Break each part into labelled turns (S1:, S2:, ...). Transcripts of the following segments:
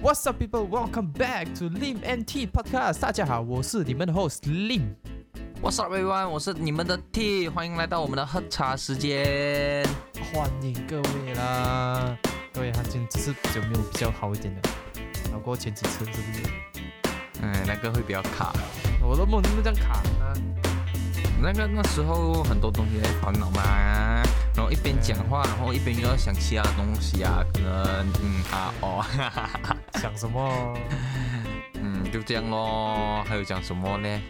S1: What's up, people? Welcome back to Lim NT Podcast。大家好，我是你们的 host Lim。
S2: What's up, everyone？我是你们的 T，欢迎来到我们的喝茶时间。
S1: 欢迎各位啦！各位，他今天只是有没有比较好一点的？熬过前几次是不是？
S2: 嗯，那个会比较卡，
S1: 我都没有那么这样卡啊。
S2: 那个那时候很多东西在烦恼嘛，然后一边讲话，然后一边又要想其他东西啊，可能嗯啊哦，
S1: 想什么？
S2: 嗯就这样咯。还有讲什么呢？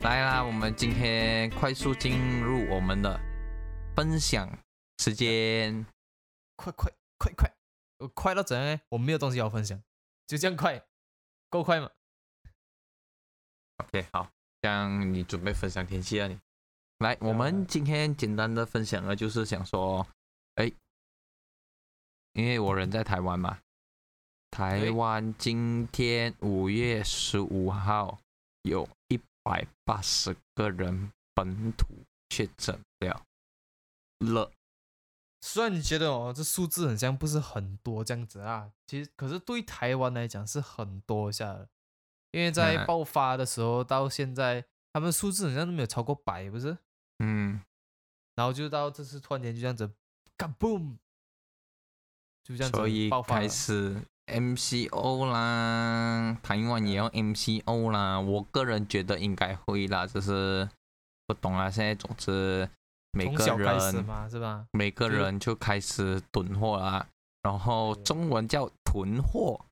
S2: 来啦，我们今天快速进入我们的分享时间。
S1: 快快快快！我快到怎样呢？我没有东西要分享，就这样快，够快吗？
S2: OK，好，这样你准备分享天气了啊你。来，我们今天简单的分享呢，就是想说，哎，因为我人在台湾嘛，台
S1: 对
S2: 湾今天五月十五号有一百八十个人本土确诊了，了，
S1: 虽然你觉得哦，这数字很像不是很多这样子啊，其实可是对台湾来讲是很多下的，因为在
S2: 嗯
S1: 爆发的时候到现在，他们数字好像都没有超过百，不是？
S2: 嗯，
S1: 然后就到这次突然间就这样子，干 boom，就这样
S2: 所以
S1: 子爆发
S2: 开
S1: 了。
S2: 始 MCO 啦，台湾也要 MCO 啦。我个人觉得应该会啦，就是不懂啦。现在总之每
S1: 从
S2: 个
S1: 小开始
S2: 人
S1: 嘛，是吧？
S2: 每个
S1: 就是
S2: 人就开始囤货啦，然后
S1: 对
S2: 中文叫囤货，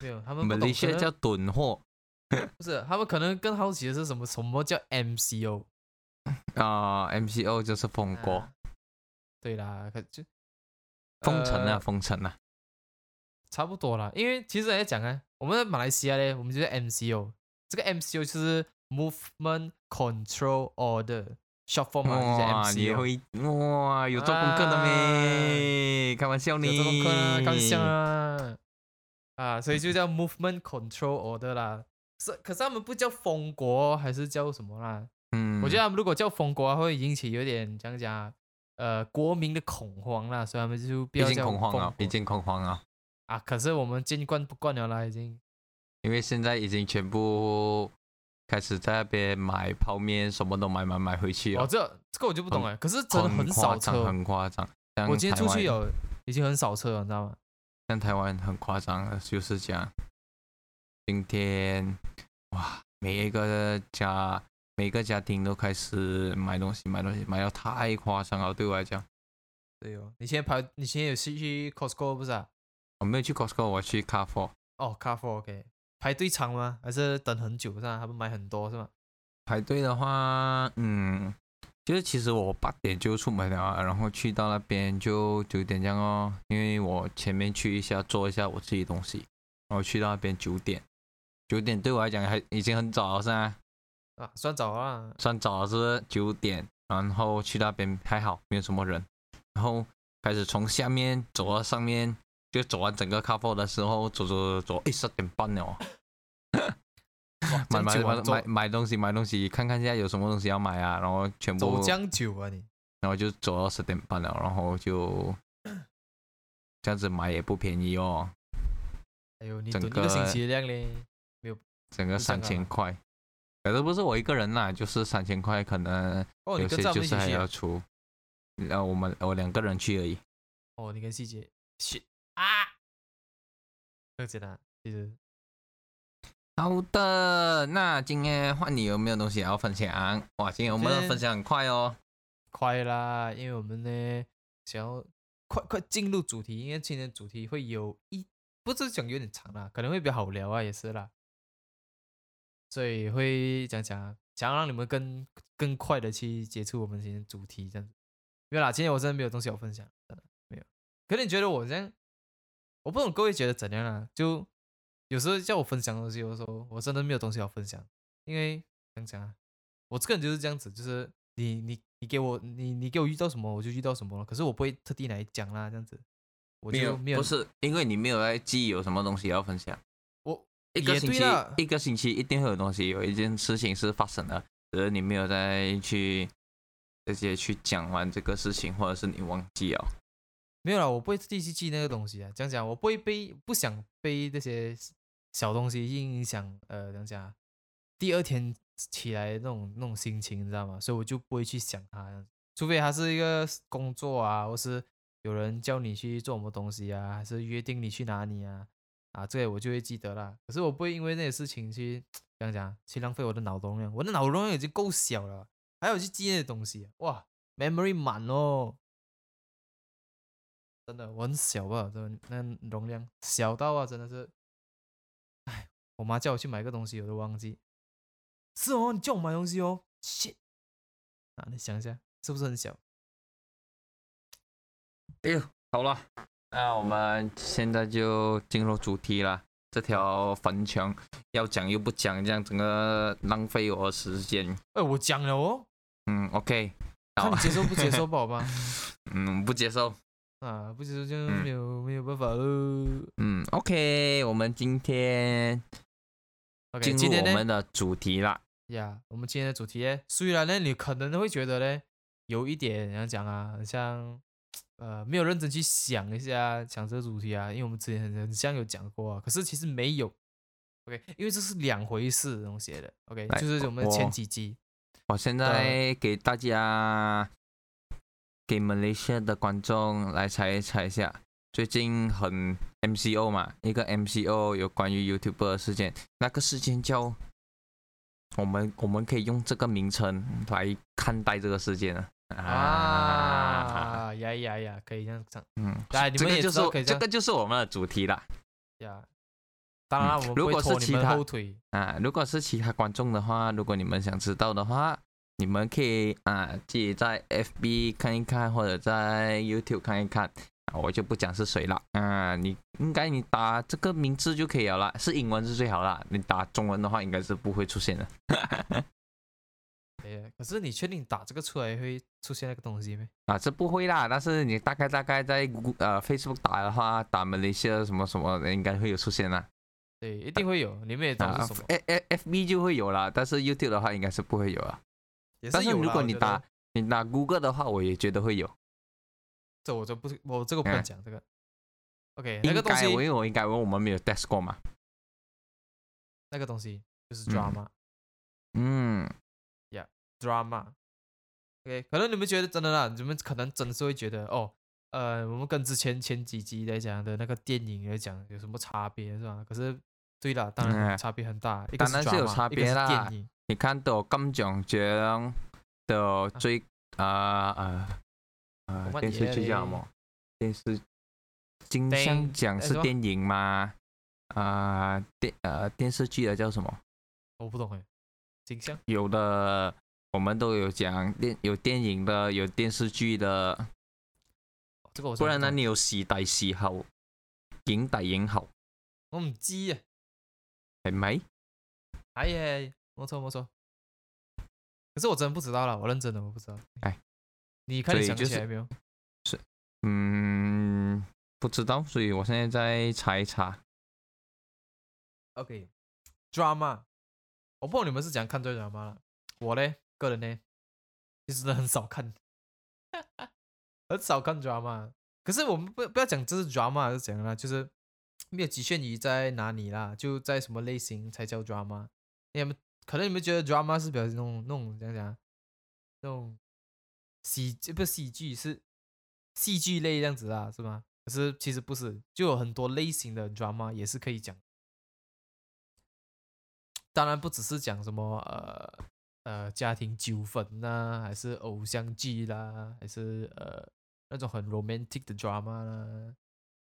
S1: 没有，他们
S2: 马
S1: 不
S2: 来
S1: 懂
S2: 西
S1: 可
S2: 亚
S1: 能
S2: 叫囤货
S1: 不是，他们可能更好奇的是什么？什么叫 MCO？
S2: 啊、m c o 就是封国、
S1: 啊对啦，可就
S2: 封城啊，
S1: 呃
S2: 封城啊，
S1: 差不多啦，因为其实来讲呢，我们在马来西亚呢，我们就是 MCO，这个 MCO 就是 Movement Control Order。short form 啊，
S2: 哇，
S1: 就是
S2: 你
S1: MCO。
S2: 会哇，有做功课的没？开玩笑
S1: 啊有
S2: 你，
S1: 做功课啦，啊刚香啊，啊，所以就 叫 Movement Control Order 啦。是，可是他们不叫封国，还是叫什么啦？
S2: 嗯，
S1: 我觉得他们如果叫封国啊，会引起有点讲讲啊，呃，国民的恐慌啦，所以他们就不
S2: 毕
S1: 要
S2: 竟
S1: 叫
S2: 恐慌
S1: 封
S2: 啊，
S1: 国
S2: 毕竟恐慌啊，
S1: 啊。可是我们见惯不惯了啦，已经。
S2: 因为现在已经全部开始在那边买泡面，什么都买买买回去
S1: 哦，
S2: 了，
S1: 这这个我就不懂
S2: 很
S1: 哎，可是真的
S2: 很
S1: 很
S2: 夸
S1: 少
S2: 张，
S1: 车。
S2: 很夸张。像
S1: 我今天
S2: 台
S1: 出去
S2: 湾，
S1: 有已经很少车了，你知道吗？
S2: 像台湾很夸张的，就是讲今天哇，每一个家每个家庭都开始买东西，买东西买到太夸张了，对我来讲，
S1: 对哦，你现在排，你现在有去去 Costco 不是啊？
S2: 我没有去 Costco，我去 Carrefour
S1: 哦 c a r f o r OK，排队长吗？还是等很久是吧？他们买很多是吗？
S2: 排队的话，嗯，就是其实我八点就出门了啊，然后去到那边就九点这样哦，因为我前面去一下做一下我自己东西，然后去到那边九点，九点对我来讲还已经很早了噻，是吧
S1: 啊，算早啊，
S2: 算早了是九点，然后去那边还好没有什么人，然后开始从下面走到上面，就走完整个 c a f e 的时候，走走走走，哎，十点半了哦。
S1: 哇，
S2: 买
S1: 这样久
S2: 买
S1: 啊
S2: 买
S1: 走
S2: 买买东西，买东西，看看现在有什么东西要买啊，然后全部
S1: 走这样久啊你，
S2: 然后就走到十点半了，然后就这样子买也不便宜哦，
S1: 哎呦，你
S2: 整
S1: 等一个星
S2: 个
S1: 期的量嘞，
S2: 整个
S1: 是这
S2: 三
S1: 样
S2: 千
S1: 啊
S2: 块。可是不是我一个人啦，就是三千块，可能
S1: 哦，你
S2: 有
S1: 跟
S2: 些
S1: 丈
S2: 就
S1: 们一起
S2: 是还
S1: 去
S2: 要
S1: 啊，
S2: 出。然后我们我两个人去而已，
S1: 哦，你跟细节去啊，这简单，其实
S2: 好的，那今天换你有没有东西要分享？哇，今天我们
S1: 今
S2: 的
S1: 天
S2: 分享很快哦。
S1: 快啦，因为我们呢想要快快进入主题，因为今天的主题会有一不是讲有点长啦，可能会比较好聊啊，也是啦，所以会讲讲啊，想要让你们更更快的去接触我们今天的主题这样子。没有啦，今天我真的没有东西要分享，真的没有。可能你觉得我这样，我不懂各位觉得怎样啊？就有时候叫我分享东西，我说我真的没有东西要分享，因为怎样讲啊，我这个人就是这样子，就是你你你给我你你给我遇到什么我就遇到什么了，可是我不会特地来讲啦，这样子，我就没有
S2: 不是因为你没有在记有什么东西要分享。
S1: 我
S2: 一个
S1: 也
S2: 星
S1: 对啊
S2: 期
S1: 啦
S2: 一个星期一定会有东西，有一件事情是发生了，只是你没有再去直接去讲完这个事情，或者是你忘记了。
S1: 没有啦，我不会自己去记那个东西啊。讲讲，我不会被不想被这些小东西影响，呃，讲讲啊，第二天起来那种那种心情，你知道吗？所以我就不会去想它，除非它是一个工作啊，或是有人叫你去做什么东西啊，还是约定你去哪里啊，啊，这个我就会记得啦。可是我不会因为那些事情去讲讲啊，去浪费我的脑容量，我的脑容量已经够小了，还有去记那些东西，啊哇，memory 满哦。真的，我很小吧，真的那容量小到啊，真的是，哎，我妈叫我去买个东西，我都忘记。是哦，你叫我买东西哦，shit，啊，你想一下，是不是很小？
S2: 哎呦，好了，那我们现在就进入主题了。这条坟墙要讲又不讲，这样整个浪费我的时间。
S1: 哎，我讲了哦，
S2: 嗯，OK，
S1: 看
S2: 好
S1: 你，接受不接 受吧，好吧，
S2: 嗯，不接受。
S1: 啊，不接受就
S2: 嗯
S1: 没有、没有办法喽。
S2: 嗯，OK，我们今天
S1: OK，
S2: 进
S1: 今
S2: 入
S1: 天
S2: 我们
S1: 呢，
S2: 的主题啦。
S1: 呀我们今天的主题呢，哎虽然呢你可能会觉得呢有一点怎样讲啊，很像呃没有认真去想一下讲这个主题啊，因为我们之前很很像有讲过啊，可是其实没有。OK，因为这是两回事的东西来的。OK，
S2: 来
S1: 就是我们前
S2: 我
S1: 几集
S2: 我哦现在给大家给马来西亚的观众来猜一猜一下，最近很 MCO 嘛，一个 MCO 有关于 YouTube 的事件，那个事件叫我们我们可以用这个名称来看待这个事件啊。啊，
S1: 啊，呀呀呀，可以这样讲。
S2: 嗯，
S1: 来，你
S2: 这
S1: 们
S2: 个
S1: 也
S2: 就
S1: 知道可以
S2: 是
S1: 这
S2: 这
S1: 样
S2: 个就是我们的主题啦。
S1: 呀。当然啦，
S2: 嗯
S1: 我们不
S2: 如
S1: 会
S2: 果是
S1: 拖你
S2: 其
S1: 们
S2: 他
S1: 后腿。
S2: 啊，如果是其他观众的话，如果你们想知道的话，你们可以啊自己在 FB 看一看，或者在 YouTube 看一看。啊我就不讲是谁了，啊，你应该你打这个名字就可以了啦，是英文是最好啦，你打中文的话应该是不会出现的。
S1: 哎，可是你确定打这个出来会出现那个东西没？
S2: 啊，这不会啦，但是你大概大概在 Google- 呃 Facebook 打的话，打 Malaysia 什么什么的，应该会有出现啦。
S1: 对，一定会有，你们也懂
S2: 啊
S1: 是什么。
S2: ，F F F B 就会有啦，但是 YouTube 的话应该是不会有啊。
S1: 也
S2: 但
S1: 是
S2: 是
S1: 有
S2: 如
S1: 啦
S2: 果
S1: 我
S2: 你
S1: 觉得
S2: 打你打 Google 的话，我也觉得会有。
S1: 这我就不，我这个不能
S2: 嗯
S1: 讲这个。OK，那
S2: 应
S1: 个东
S2: 该，我因
S1: 西，
S2: 为我应该问我们没有 test 过嘛。
S1: 那个东西就是
S2: 嗯
S1: drama，drama、
S2: 嗯
S1: drama。OK，可能你们觉得真的啦，你们可能真的是会觉得哦，呃，我们跟之前前几集来讲的那个电影来讲有什么差别是吧？可是对啦，当然
S2: 嗯
S1: 差别很大，一个
S2: 当然是有
S1: drama，
S2: 差
S1: 一个
S2: 别
S1: 是
S2: 啦
S1: 电影。
S2: 你看到金像奖的最啊啊啊
S1: 我问
S2: 电
S1: 你
S2: 视剧
S1: 嘞
S2: 叫什么？电视金
S1: 电
S2: 像奖
S1: 呃
S2: 是
S1: 什么
S2: 电影吗？啊、电呃电视剧的叫什么？
S1: 我不懂哎，景象
S2: 有的我们都有讲电有电影的，有电视剧的，
S1: 哦这个我
S2: 不
S1: 真的
S2: 然呢
S1: 懂
S2: 你有時大時候，影帝影后
S1: 我唔知啊，
S2: 係咪？
S1: 哎呀，冇错冇错。可是我真的不知道啦，我认真的我不知道。
S2: 哎，
S1: 你看你
S2: 所以
S1: 想
S2: 就
S1: 起
S2: 是
S1: 来没有？
S2: 嗯，不知道，所以我现在在查一查。
S1: OK，drama，我不懂你们是怎样看这 drama 了。我呢，个人呢，其实真的很少看，很少看 drama。可是我们不不要讲这是 drama 是怎样啦，就是没有局限于在哪里啦，就在什么类型才叫 drama。你们可能你们觉得 drama 是比较那种那种怎样讲啊，那种喜不是喜剧是戏剧类这样子啦，是吗？可是其实不是，就有很多类型的 drama 也是可以讲。当然不只是讲什么呃呃家庭纠纷呐、还是偶像剧啦，还是呃那种很 romantic 的 drama 啦。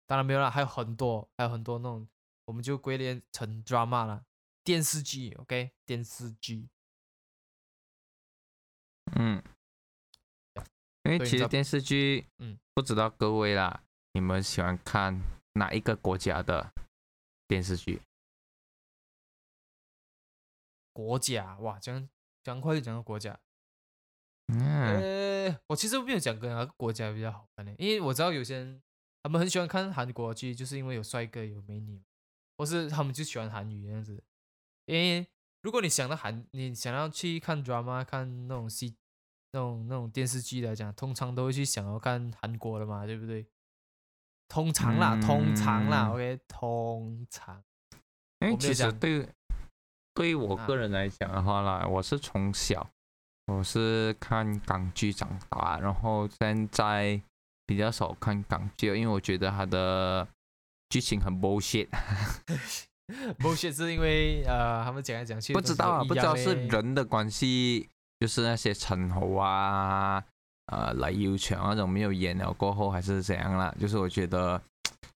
S1: 当然没有啦，还有很多，还有很多那种，我们就归类成 drama 啦，电视剧，OK，电视剧。
S2: 嗯，因为
S1: 对
S2: 其
S1: 你知
S2: 实
S1: 道
S2: 电视剧，
S1: 嗯，
S2: 不知道各位啦，你们喜欢看哪一个国家的电视剧？
S1: 国家哇，讲讲快就讲到国家。
S2: 嗯，
S1: 呃，我其实没有讲跟哪个国家比较好看呢，因为我知道有些人他们很喜欢看韩国剧，就是因为有帅哥有美女，或是他们就喜欢韩语这样子。因为如果你想到韩，你想要去看 drama 看那种戏、那种那种电视剧来讲，通常都会去想要看韩国的嘛，对不对？通常啦，通常啦
S2: 嗯
S1: ，OK，通常 我
S2: 因为
S1: 没有
S2: 其实
S1: 讲啊
S2: 对对于我个人来讲的话啦，我是从小我是看港剧长大，然后现在比较少看港剧了，因为我觉得它的剧情很 bullshit，
S1: bullshit 是因为呃，他们讲来讲去
S2: 不知道啊，
S1: 都
S2: 不
S1: 一
S2: 知
S1: 样
S2: 道是
S1: 嘞
S2: 人的关系，就是那些陈豪啊、呃黎耀祥那种没有演了过后还是怎样啦，就是我觉得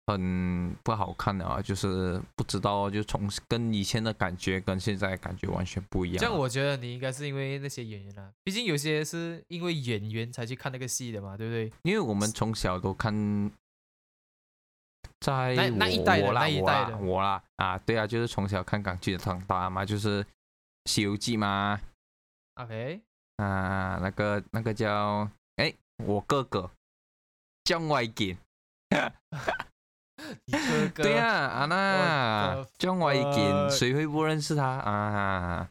S2: 很不好看啊，就是不知道就从跟以前的感觉跟现在的感觉完全不一样啊。
S1: 这样我觉得你应该是因为那些演员啊，毕竟有些是因为演员才去看那个戏的嘛，对不对？
S2: 因为我们从小都看，在
S1: 那那一代的
S2: 我我啦
S1: 那一
S2: 我
S1: 代
S2: 啦
S1: 的
S2: 我啦啊，对啊，就是从小看港剧长大嘛，就是《西游记》嘛，
S1: OK，
S2: 啊，那个那个叫哎，我哥哥姜伟健，
S1: 你哥哥
S2: 对啊，啊那
S1: 我的
S2: 姜伟健，
S1: fuck
S2: 谁会不认识他啊？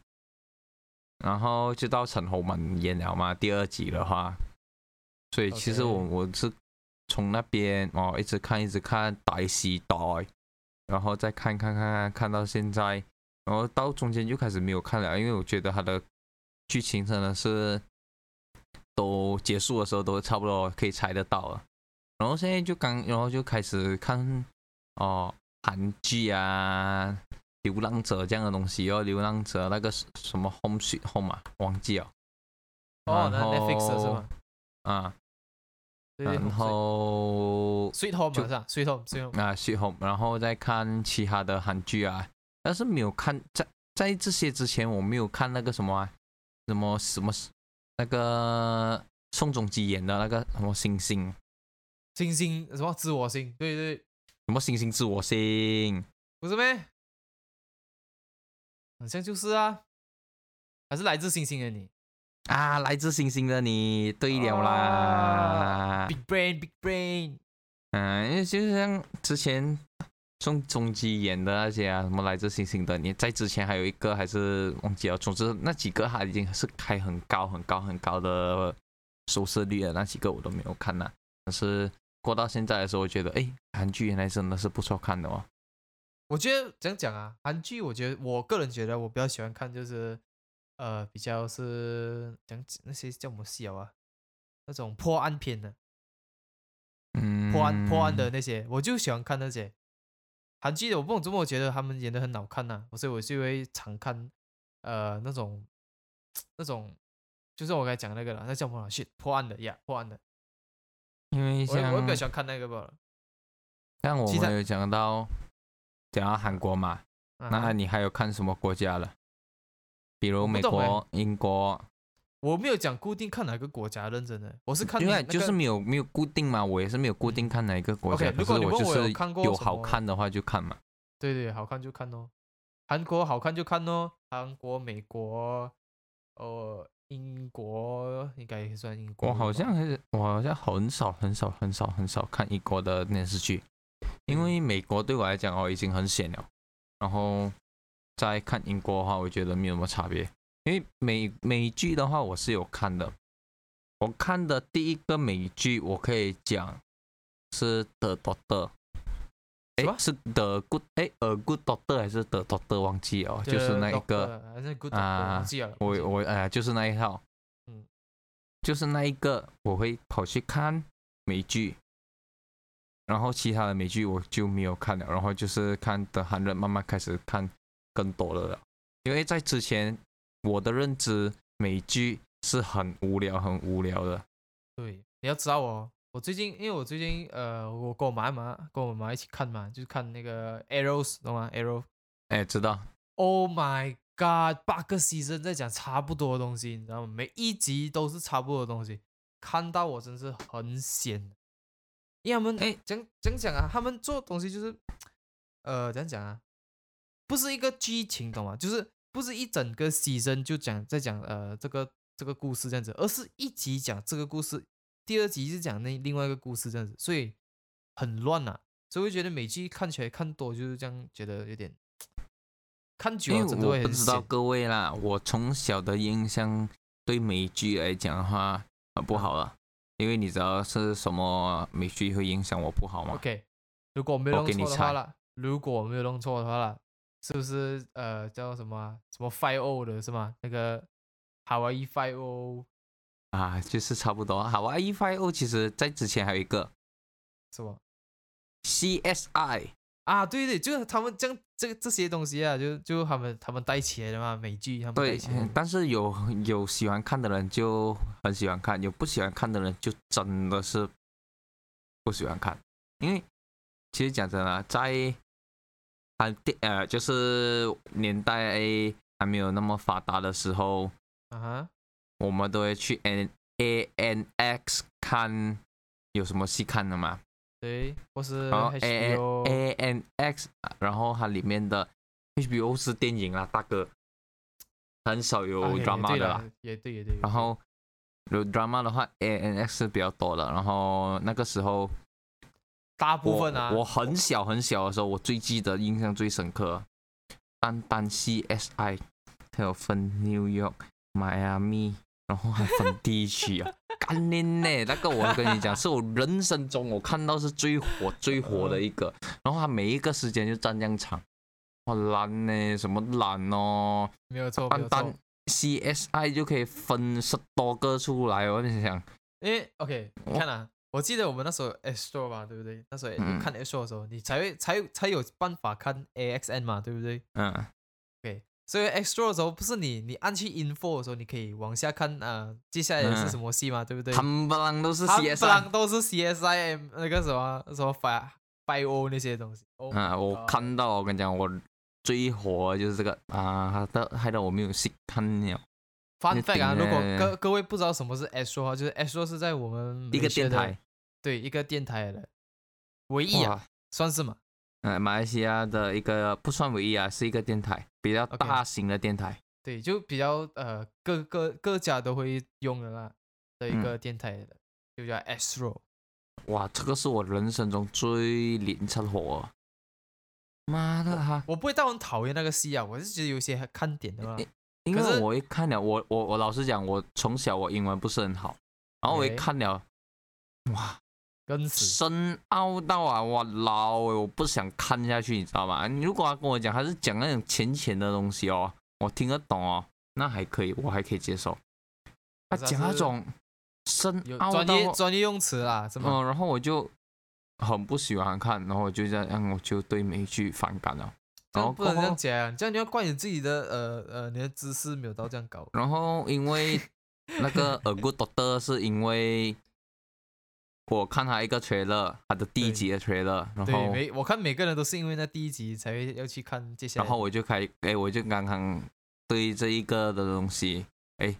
S2: 然后就到陈宏文演了嘛，第二集的话，所以其实
S1: OK
S2: 我我是从那边哦一直看一直看大时代，然后再看看看看看到现在，然后到中间就开始没有看了，因为我觉得他的剧情真的是都结束的时候都差不多可以猜得到了，然后现在就刚然后就开始看哦韩剧啊。流浪者这样的东西哦，流浪者那个什什么 Home Sweet Home 啊，忘记了
S1: 哦，那
S2: 然后
S1: Netflix 的是吗？
S2: 啊。
S1: 对对，
S2: 然后
S1: Sweet Home
S2: 就
S1: 嘛是吧？Sweet Home，Sweet Home，
S2: 啊，血红，然后再看其他的韩剧啊，但是没有看在在这些之前，我没有看那个什么、啊、什么什么那个宋仲基演的那个什么星星，
S1: 星星什么自我星，对对，
S2: 什么星星自我星，
S1: 不是咩？好像就是啊，还是来自星星的你
S2: 啊，来自星星的你，对了啦，
S1: ，Big Brain，Big Brain，
S2: 嗯，因为就是像之前宋仲基演的那些啊，什么来自星星的你，在之前还有一个还是忘记了，总之那几个他已经是开很高很高很高的收视率了，那几个我都没有看呐、但是过到现在的时候，我觉得哎，韩剧原来真的是不错看的哦。
S1: 我觉得怎样讲啊？韩剧，我觉得我个人觉得我比较喜欢看就是，呃，比较是讲那些叫什么戏啊？那种破案片的，
S2: 嗯，
S1: 破案、破案的那些，我就喜欢看那些韩剧的。我不懂怎么，我觉得他们演的很好看呐、所以我就会常看，呃，那种那种，就是我刚才讲的那个了，那叫什么啊？shit，破案的呀破案的，
S2: 因为
S1: 我会我会比较
S2: 像
S1: 喜欢看那个吧。
S2: 像我
S1: 其他
S2: 们有讲到讲到韩国嘛，
S1: 啊
S2: 那你还有看什么国家了？比如
S1: 不
S2: 美
S1: 懂欸
S2: 国、英国，
S1: 我没有讲固定看哪个国家，认真的，我是看
S2: 因
S1: 那
S2: 为
S1: 那
S2: 嗯就是
S1: 个
S2: 没有没有固定嘛，我也是没有固定看哪一个国家，
S1: OK，如果
S2: 可是
S1: 你
S2: 我
S1: 问
S2: 就
S1: 我有
S2: 是
S1: 看过
S2: 有
S1: 什么
S2: 好看的话就看嘛。
S1: 对对，好看就看哦。韩国好看就看哦，韩国、美国，呃，英国应该也算英国
S2: 我
S1: 了吧。
S2: 好像还是我好像很少很少很少很少看英国的电视剧，因
S1: 嗯
S2: 为美国对我来讲哦已经很显了，然后再看英国的话，我觉得没有什么差别。因为美美剧的话我是有看的，我看的第一个美剧我可以讲是《The Doctor》。
S1: 什
S2: 哎
S1: 么，
S2: 是 The Good 哎，呃，Good Doctor 还是 The Doctor 忘记了，就是那一个
S1: Doctor，还是 Good，Doctor，
S2: 啊
S1: 忘记了。忘记
S2: 我
S1: 了
S2: 我哎、呀，就是那一套，
S1: 嗯，
S2: 就是那一个，我会跑去看美剧，然后其他的美剧我就没有看了，然后就是看的韩人慢慢开始看更多的了，因为在之前我的认知，美剧是很无聊很无聊的，
S1: 对，你要知道哦，我最近因为我最近呃，我跟我妈妈跟我妈一起看嘛，就是看那个 Arrows，懂吗？Arrow。
S2: 哎，知道，
S1: Oh my god，八个 season 在讲差不多的东西，你知道吗？每一集都是差不多的东西，看到我真是很险。因为他们
S2: 哎
S1: 哎，讲讲讲啊，他们做东西就是，呃，怎样讲啊？不是一个剧情，懂吗？就是不是一整个 season 就讲在讲呃这个这个故事这样子，而是一集讲这个故事，第二集是讲那另外一个故事这样子，所以很乱啊。所以我觉得美剧看起来看多就是这样，觉得有点看久
S2: 因为
S1: 了真的
S2: 我
S1: 会
S2: 不
S1: 很
S2: 知道
S1: 闲。
S2: 各位啦，我从小的印象对美剧来讲
S1: 嗯
S2: 的啊话，呃不好了，因为你知道是什么美剧会影响我不好吗？
S1: OK，如果我没有
S2: 我
S1: 弄
S2: 给你
S1: 错的
S2: 猜
S1: 话啦，如果我没有弄错的话啦，是不是呃叫什么啊什么 Five O 的是吗？那个 Hawaii Five O
S2: 啊，就是差不多。好啊，E Five O 其实在之前还有一个
S1: 是吗？
S2: CSI，
S1: 啊，对对，就是他们这样这这些东西啊，就就他们他们带起来的嘛，美剧他们带
S2: 对嗯
S1: 起来的，
S2: 但是有有喜欢看的人就很喜欢看，有不喜欢看的人就真的是不喜欢看，因为其实讲真的啊，在韩电呃就是年代还没有那么发达的时候，
S1: 啊哈，
S2: 我们都会去 N A N X 看有什么戏看的嘛，
S1: 对，或是
S2: 然后 A
S1: HBO
S2: A N X，然后它里面的 HBO 是电影啦，大哥，很少有
S1: 啊也也
S2: drama
S1: 对
S2: 的啦。
S1: 啦，也对也对。也对
S2: 然后有 drama 的话，A N X 是比较多的。然后那个时候
S1: 大部
S2: 我
S1: 分啊，
S2: 我很小很小的时候，我最记得印象最深刻，单单 C S I，它有分 New York、Miami，然后还分地 区啊。干你呢！那个我跟你讲，是我人生中我看到是最火最火的一个。然后它每一个时间就占样长，哇烂呢，什么烂哦。
S1: 没有错没
S2: 单
S1: 有错
S2: 单。CSI 就可以分十多个出来，我跟你讲，
S1: 因为 OK，你看啊，我记得我们那时候 S t o r e 吧，对不对？那时候你
S2: 嗯
S1: 看 S t o r e 的时候，你才会才才有办法看 AXN 嘛，对不对
S2: 嗯，
S1: ？OK，所以 S t o r e 的时候不是你你按去 info 的时候，你可以往下看啊、呃接下来是
S2: 嗯
S1: 什么戏嘛，对不对？
S2: 冚唪唥都是
S1: 他们哦
S2: CSI，
S1: 都是 CSI 那个什么什么法 i O 那些东西。哦、
S2: 嗯，我看到，我跟你讲，我最火的就是这个啊，害害得我没有戏看了。
S1: Fun
S2: 你
S1: fact 啊，
S2: 顶
S1: 如果
S2: 嘞
S1: 各各位不知道什么是 S t o r e 就是 S t o r e 是在我们
S2: 一个
S1: Malaysia
S2: 电
S1: 的
S2: 台，
S1: 对一个电台的唯一啊，
S2: 哇，
S1: 算是嘛。
S2: 嗯，马来西亚的一个不算唯一啊，是一个电台，比较
S1: OK
S2: 大型的电台。
S1: 对，就比较呃各个各家都会用的啦的一
S2: 嗯
S1: 个电台的，就叫 Astro。
S2: 哇，这个是我人生中最凌晨火的。妈的哈！
S1: 我不会到很讨厌那个戏啊，我是觉得有些还看点的嘛。
S2: 诶因
S1: 可是
S2: 为我一看了，我我我老实讲，我从小我英文不是很好，然后我一
S1: OK
S2: 看了，哇，
S1: 跟死
S2: 深奥到啊，我老欸我不想看下去，你知道吗？你如果他跟我讲他是讲那种浅浅的东西哦，我听得懂哦，那还可以，我还可以接受。他
S1: 可是他
S2: 讲那
S1: 是
S2: 种深
S1: 有
S2: 奥
S1: 专
S2: 到
S1: 业
S2: 啊我，
S1: 专业用词啦，是吗？
S2: 嗯，然后我就很不喜欢看，然后我就这样，我就对美剧反感了。
S1: 这
S2: 然后
S1: 样不能这
S2: 过后
S1: 样讲啊，这样你要怪你自己的呃呃你的知识没有到这样高。
S2: 然后因 为那个《A Good Doctor》是因为我看他一个 trailer，他的第一
S1: 对
S2: 集的 trailer，然
S1: 对，
S2: 后
S1: 每我看每个人都是因为那第一集才会要去看接下来
S2: 然
S1: 的。
S2: 后我就开，哎，我就刚刚对这一个的东西，哎，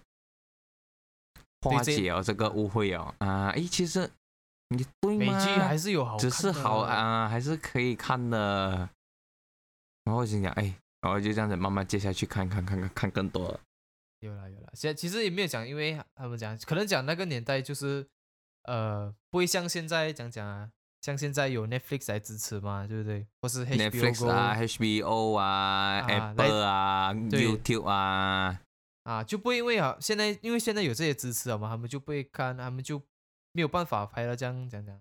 S1: 对
S2: 化
S1: 这
S2: 解了这个误会哦啊，哎，其实你对
S1: 美
S2: 吗？
S1: 剧还是有好看
S2: 只
S1: 的，
S2: 是好啊，还是可以看的。然后我心想，哎，然后就这样子慢慢接下去看看看看看更多了。
S1: 有啦有啦，现在其实也没有讲，因为他们讲，可能讲那个年代就是，呃，不会像现在讲讲啊，像现在有 Netflix 来支持嘛，对不对？或是 HBO
S2: Netflix
S1: Go
S2: 啊、HBO 啊、
S1: 啊
S2: Apple 啊、
S1: 对
S2: YouTube 啊，
S1: 啊就不会因为啊，现在因为现在有这些支持了嘛，他们就不会看，他们就没有办法拍到这样讲讲，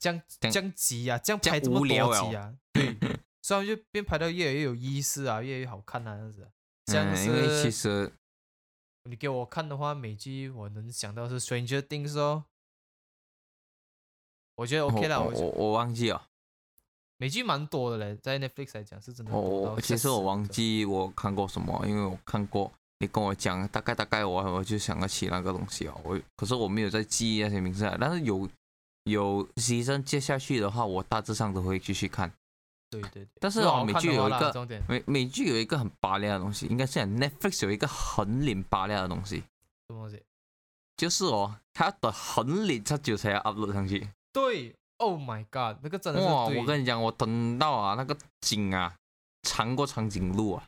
S1: 这样
S2: 这样
S1: 这样急啊，这样
S2: 这样
S1: 拍这么
S2: 无聊
S1: 多
S2: 了哦
S1: 集啊， 对，所以他们就变拍到越来越有意思啊，越来越好看啊，这样子啊。像
S2: 嗯，因为
S1: 是
S2: 其实
S1: 你给我看的话，美剧我能想到是 Stranger Things 哦，我觉得 OK 啦，
S2: 我
S1: 我
S2: 我我忘记了，
S1: 美剧蛮多的嘞，在 Netflix 来讲是真的
S2: 我
S1: 多到嗯吓
S2: 我哦其实我
S1: 死
S2: 忘
S1: 人的
S2: 记我看过什么，因为我看过你跟我讲大概大概我，我就想得起那个东西哦。我可是我没有在记忆那些名字啊，但是有有牺牲接下去的话，我大致上都会继续看。
S1: 对对对，
S2: 但是
S1: 如果
S2: 哦
S1: 好
S2: 美
S1: 看
S2: 剧
S1: 的
S2: 有
S1: 话
S2: 一
S1: 啦
S2: 个
S1: 重点
S2: 美美剧有一个很拔亮的东西，应该是讲 Netflix 有一个很领拔亮的东西，
S1: 什么东西？
S2: 就是哦，它要等很领它久才要 upload 上去。
S1: 对，Oh my God，那个真的是
S2: 哇！
S1: 对
S2: 我跟你讲，我等到啊，那个景啊，长过长颈鹿啊，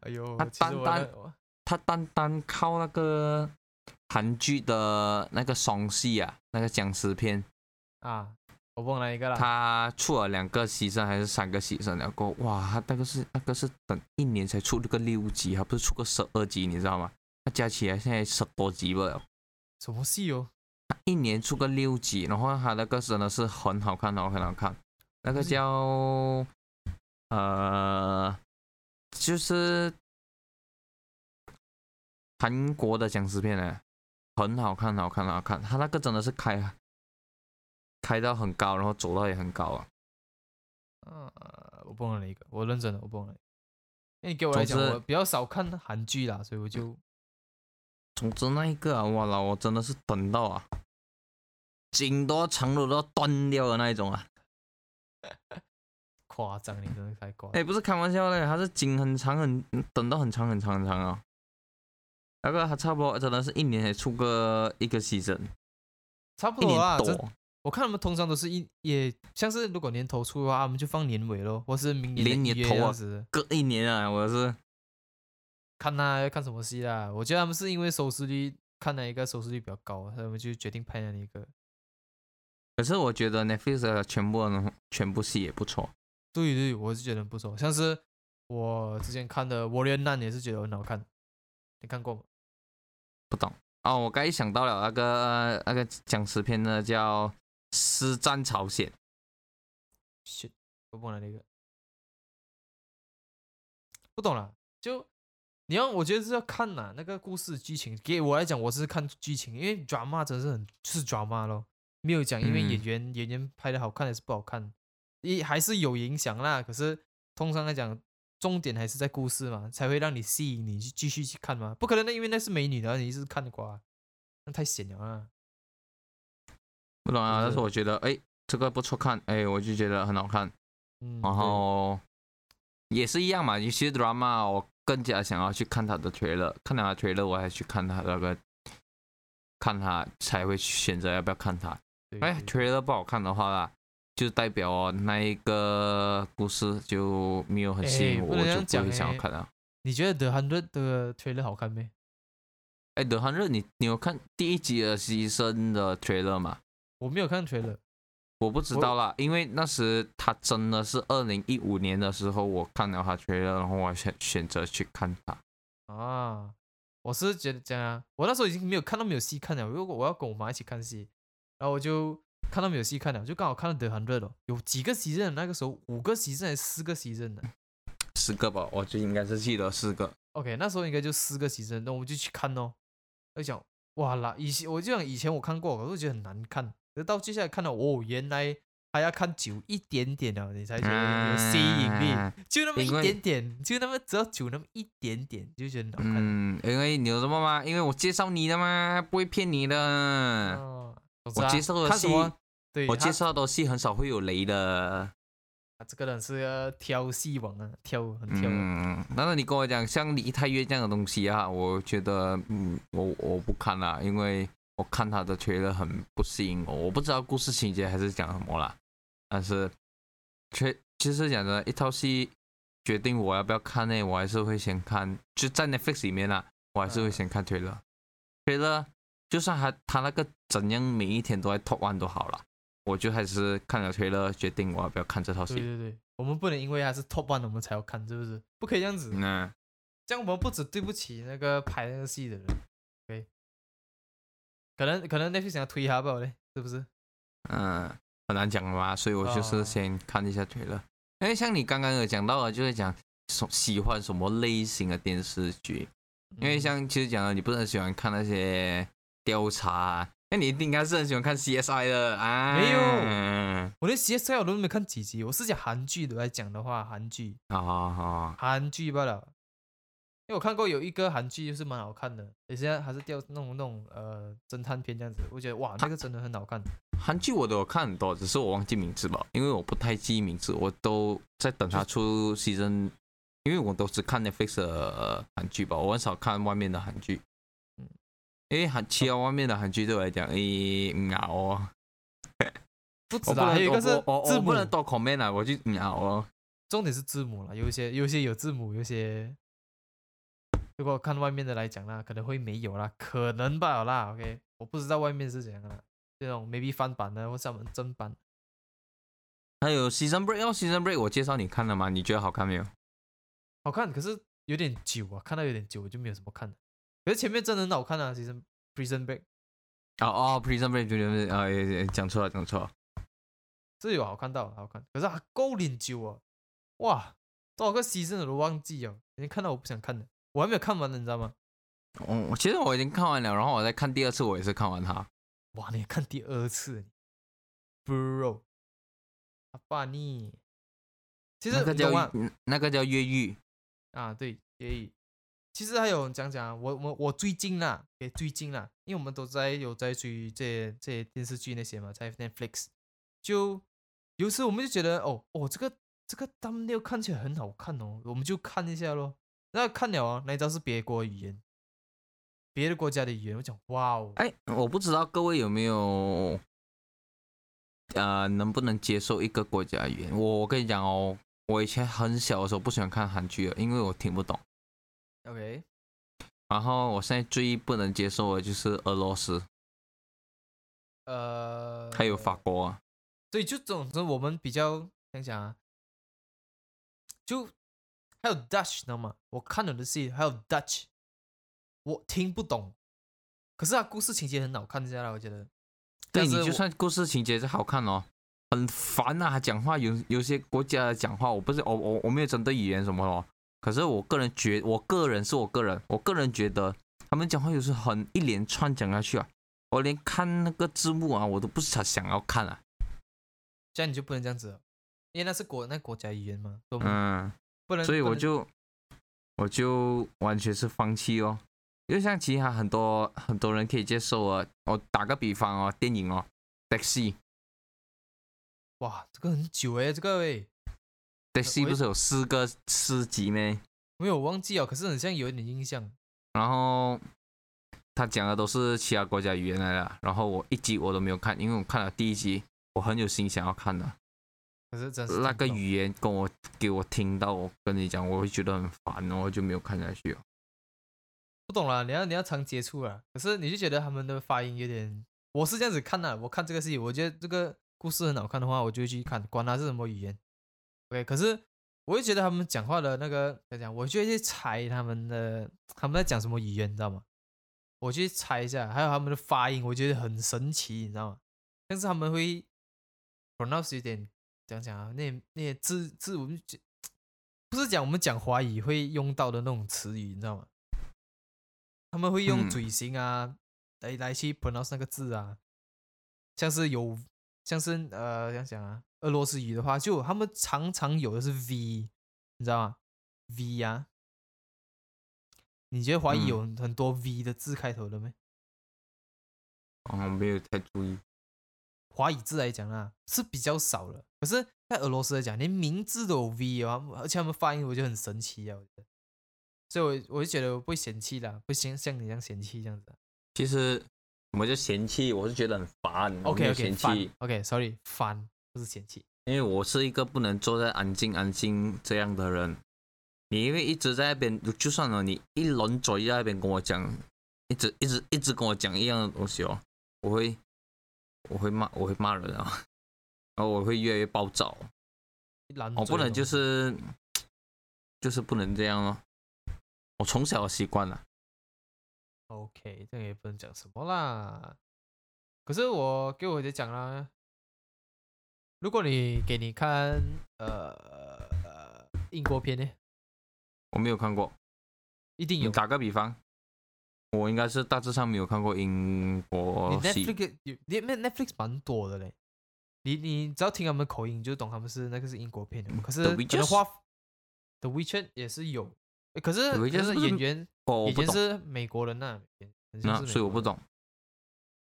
S1: 哎呦
S2: 它，
S1: 其实
S2: 单
S1: 我
S2: 单
S1: 那我
S2: 它单单靠那个韩剧的那个双戏啊，那个僵尸片，
S1: 啊，我忘了一个啦，
S2: 它出了两个牺牲还是三个牺牲了过后，哇，它那个是那个是等一年才出这个六集，还不是出个十二集，你知道吗？它加起来现在十多集不了
S1: 什么戏哦？
S2: 它一年出个六集，然后它那个真的是很好看，然后很好看。那个
S1: 嗯
S2: 叫呃，就是韩国的僵尸片呢，很好看，好看，好看。它那个真的是开开到很高，然后走到也很高啊。
S1: 呃，我蹦了一个，我认真的，我蹦了一个。因为给我来
S2: 总
S1: 讲，
S2: 之
S1: 我比较少看韩剧啦，所以我就
S2: 总之那一个啊，哇啦，我真的是等到啊，颈都长都都要断掉的那一种啊。
S1: 夸张，你真的太夸
S2: 哎、
S1: 张。
S2: 不是开玩笑的，它是颈很长很等到很长很长很长啊。那个它差不多真的是一年才出个一个 season，
S1: 差不
S2: 一
S1: 多
S2: 年
S1: 啦，真
S2: 多，
S1: 我看他们通常都是一也像是如果年头出的话，他啊们就放年尾咯，或是明年
S2: 连
S1: 的
S2: 年
S1: 一月
S2: 头
S1: 这
S2: 啊
S1: 样子。
S2: 隔一年啊，我是
S1: 看他要看什么戏啦。我觉得他们是因为收视率看哪一个收视率比较高，所以他们就决定拍哪一个。
S2: 可是我觉得 Netflix 的全部的全部戏也不错。
S1: 对对，我是觉得很不错。像是我之前看的《Warrior Nun》也是觉得很好看，你看过吗？
S2: 哦，我刚一想到了那个那个僵尸片呢，叫《师战朝鲜》，
S1: shit，我忘了那个，不懂了。就你要，我觉得是要看呐、那个故事剧情。给我来讲，我是看剧情，因为 drama 真的是很就是 drama 咯，没有讲因为演
S2: 嗯
S1: 员、演员拍的好看还是不好看，也还是有影响啦。可是通常来讲，重点还是在故事嘛，才会让你吸引你去继续去看嘛。不可能的，因为那是美女的，你一直看的瓜，那太闲了啊。
S2: 不懂啊，
S1: 是
S2: 但是我觉得哎这个不错看，哎我就觉得很好看。
S1: 嗯，
S2: 然
S1: 对
S2: 后也是一样嘛，有些 drama 我更加想要去看他的 trailer，看他的 trailer 我还去看他那个，看他才会去选择要不要看他。
S1: 对
S2: 哎
S1: 对
S2: ，trailer 不好看的话啦，就代表哦那一个故事就没有很吸
S1: 哎
S2: 引
S1: 不
S2: 我，
S1: 能
S2: 我
S1: 这
S2: 就
S1: 样讲
S2: 不会想
S1: 哎
S2: 要看了。
S1: 你觉得《The Hundred》的 trailer 好看没？
S2: 哎，德汉热，你你有看第一集的牺牲的 trailer 吗？
S1: 我没有看 trailer。
S2: 我不知
S1: 我
S2: 道啦，因为那时他真的是二零一五年的时候，我看了他 trailer，然后我选选择去看他。
S1: 啊，我是觉得这样啊，我那时候已经没有看到没有戏看了。如果我要跟我妈一起看戏，然后我就看到没有戏看了，就刚好看到《德韩热》了。有几个 s e 那个时候五个 s e 还是四个 s e 呢
S2: 四个吧，我就应该是记得四个。
S1: ？OK，那时候应该就四个 s e 那我们就去看哦。就讲哇啦，以前我就讲以前我看过，可是我觉得很难看。可是到接下来看到哦，原来还要看久一点点了，你才觉得有吸引力，
S2: 嗯
S1: 就那么一
S2: 因为
S1: 点点，就那么只要久那么一点点，就觉得很好看。
S2: 嗯，因为你有什么吗？因为我介绍你的嘛，不会骗你的。
S1: 哦，总之
S2: 嗯我
S1: 啊
S2: 介绍的
S1: 看什
S2: 戏，
S1: 么？对，
S2: 我
S1: 他
S2: 介绍的戏很少会有雷的。
S1: 他这个人是个挑戏王啊，挑很挑啊。
S2: 嗯，但是你跟我讲像离太远这样的东西啊，我觉得嗯，我我不看啦，因为我看他的推了很不吸引我，我不知道故事情节还是讲什么啦，但是确其实讲的一套戏决定我要不要看呢，我还是会先看，就在 Netflix 里面啦，我还是会先看推了，推了就算他他那个怎样每一天都在 top one 都好了，我就还是看了推了决定我要不要看这套
S1: 对
S2: 戏，
S1: 对对，我们不能因为他是 top one 我们才要看，是不是？不可以这样子，
S2: 嗯。
S1: 这样我们不止对不起那个拍那个戏的人，OK？可能可能那 e 想要推他吧嘞，是不是？
S2: 嗯，很难讲的嘛，所以我就是
S1: 哦
S2: 先看一下推了。因为像你刚刚有讲到的，就是讲什喜欢什么类型的电视剧，因为
S1: 嗯
S2: 像其实讲了，你不是很喜欢看那些调查、啊，那你一定应该是很喜欢看 CSI 的啊。
S1: 没有
S2: 嗯
S1: 我连 CSI 我都没看几集，我是讲韩剧的来讲的话，韩剧
S2: 好好好，
S1: 韩剧罢了。因为我看过有一个韩剧，就是蛮好看的，也是还是调那种那种呃侦探片这样子，我觉得哇，那个真的很好看。
S2: 韩剧我都有看很多，只是我忘记名字吧，因为我不太记名字，我都在等它出 season，因为我都只看 Netflix 的呃韩剧吧，我很少看外面的韩剧
S1: 嗯。
S2: 因为韩其他外面的韩剧对我来讲，诶、嗯啊哦，
S1: 不止啊
S2: 我不
S1: 啦，还有
S2: 能
S1: 一
S2: 多
S1: 个是
S2: 我我
S1: 字
S2: 我
S1: 母
S2: 不，能多 comment 啊，我就嗯啊哦，
S1: 重点是字母啦，有一些有一些有字母，有一些如果看外面的来讲啦，可能会没有啦，可能吧啦，OK，我不知道外面是怎样啦，这种 maybe 翻版啊的或是他们正版，
S2: 还有 season break 哦，season break 我介绍你看了吗？你觉得好看没有？
S1: 好看，可是有点久啊，看到有点久，我就没有什么看了。可是前面真的很好看啊，其实 Prison Break
S2: 哦哦，Prison Break 对对对，啊，也也讲错了，讲错了。
S1: 这有好看到好看，可是啊，够连久啊，哇，多个 season 我都忘记了，已经看到我不想看了，我还没有看完呢，你知道吗？
S2: 我、哦我其实我已经看完了，然后我再看第二次，我也是看完它。
S1: 哇，你看第二次，bro，阿爸你，其实
S2: 那个
S1: 你懂
S2: 叫
S1: 吗？
S2: 嗯那个叫越狱，
S1: 啊，对，也以。其实还有讲讲啊，我我我最近啦，也最近啦，因为我们都在有在追这些这些电视剧那些嘛，在 Netflix，就有时我们就觉得哦哦，这个这个 t h 看起来很好看哦，我们就看一下咯。那看了啊，那一张是别国语言，别的国家的语言，我讲哇哦，
S2: 哎，我不知道各位有没有，呃，能不能接受一个国家语言？我我跟你讲哦，我以前很小的时候不喜欢看韩剧哦的，因为我听不懂。
S1: OK，
S2: 然后我现在最不能接受的就是俄罗斯，
S1: 呃，
S2: 还有法国啊。
S1: 所以就总之我们比较想想啊，就还有 Dutch 你知道吗？我看了的戏还有 Dutch，我听不懂，可是它故事情节很好看下来，我觉得。但
S2: 对你
S1: 是
S2: 就
S1: 我
S2: 算故事情节是好看哦，很烦啊！他讲话有有些国家的讲话，我不是我我我没有针对语言什么咯，可是我个人觉，我个人是我个人，我个人觉得他们讲话有时候很一连串讲下去啊，我连看那个字幕啊，我都不是很想要看啊。
S1: 这样你就不能这样子了，因为那是国那国家语言嘛，我们
S2: 嗯，
S1: 不能。
S2: 所以
S1: 不
S2: 我
S1: 能
S2: 就我就完全是放弃哦。因为像其他很多很多人可以接受啊，我打个比方哦，电影哦，taxi
S1: 哇，这个很久诶，这个诶，
S2: taxi
S1: 我
S2: 不是有四个四集咩？
S1: 没有忘记哦，可是很像有一点印象。
S2: 然后他讲的都是其他国家语言来的，然后我一集我都没有看，因为我看了第一集，我很有心想要看的，
S1: 可是真是
S2: 那
S1: 听不
S2: 个
S1: 懂
S2: 语言跟我给我听到，我跟你讲，我会觉得很烦，然后就没有看下去哦。
S1: 不懂啦，你要你要常接触啊。可是你就觉得他们的发音有点，我是这样子看的、啊我看这个戏，我觉得这个故事很好看的话，我就会去看，管它是什么语言。OK，可是我就觉得他们讲话的那个怎么讲，我就会去猜他们的他们在讲什么语言，你知道吗？我去猜一下，还有他们的发音，我觉得很神奇，你知道吗？但是他们会 pronounce 有点讲讲啊，那那些字字我们就不是讲我们讲华语会用到的那种词语，你知道吗？他们会用
S2: 嗯
S1: 嘴型啊、来来去 pronounce 那个字啊，像是有像是呃想想啊，俄罗斯语的话，就他们常常有的是 V，你知道吗？V 呀、啊，你觉得华语
S2: 嗯
S1: 有很多 V 的字开头的没？
S2: 哦，没有太注意。
S1: 华语字来讲啦，是比较少了。可是，在俄罗斯来讲，连名字都有 V 啊，而且他们发音我觉得很神奇啊，我觉得。所以我，我就觉得我不会嫌弃啦，不嫌像你这样嫌弃这样子啊。
S2: 其实我就嫌弃，我是觉得很烦我没
S1: OK
S2: 有
S1: OK，
S2: 嫌
S1: 翻
S2: 弃，
S1: OK，sorry，翻不是嫌弃。
S2: 因为我是一个不能坐在安静安静这样的人。你因为一直在那边，就算了，你一轮嘴在那边跟我讲，一直一直一直跟我讲一样的东西哦，我会我会骂我会骂人啊，然后我会越来越暴躁。
S1: 一懒嘴
S2: 我哦不
S1: 的东
S2: 能就
S1: 西
S2: 是就是不能这样咯，我从小习惯啊了。
S1: OK，这个也不能讲什么啦。可是我给我的讲啦，如果你给你看呃呃英国片呢，
S2: 我没有看过，
S1: 一定
S2: 你
S1: 有。
S2: 打个比方，我应该是大致上没有看过英
S1: 你
S2: 国戏。
S1: Netflix 有你 Netflix 蛮多的嘞，你你只要听他们口音，你就懂他们是那个是英国片的。可是
S2: The
S1: 可
S2: Witches？
S1: 能话，The Witcher 也是有，诶可是
S2: The
S1: 可
S2: Witches
S1: 是
S2: 不是
S1: 演员
S2: 哦，我
S1: 演
S2: 不
S1: 员
S2: 懂，
S1: 是美国人呐、演员
S2: 那
S1: 是
S2: 所
S1: 美
S2: 以我
S1: 国
S2: 不
S1: 人。
S2: 懂。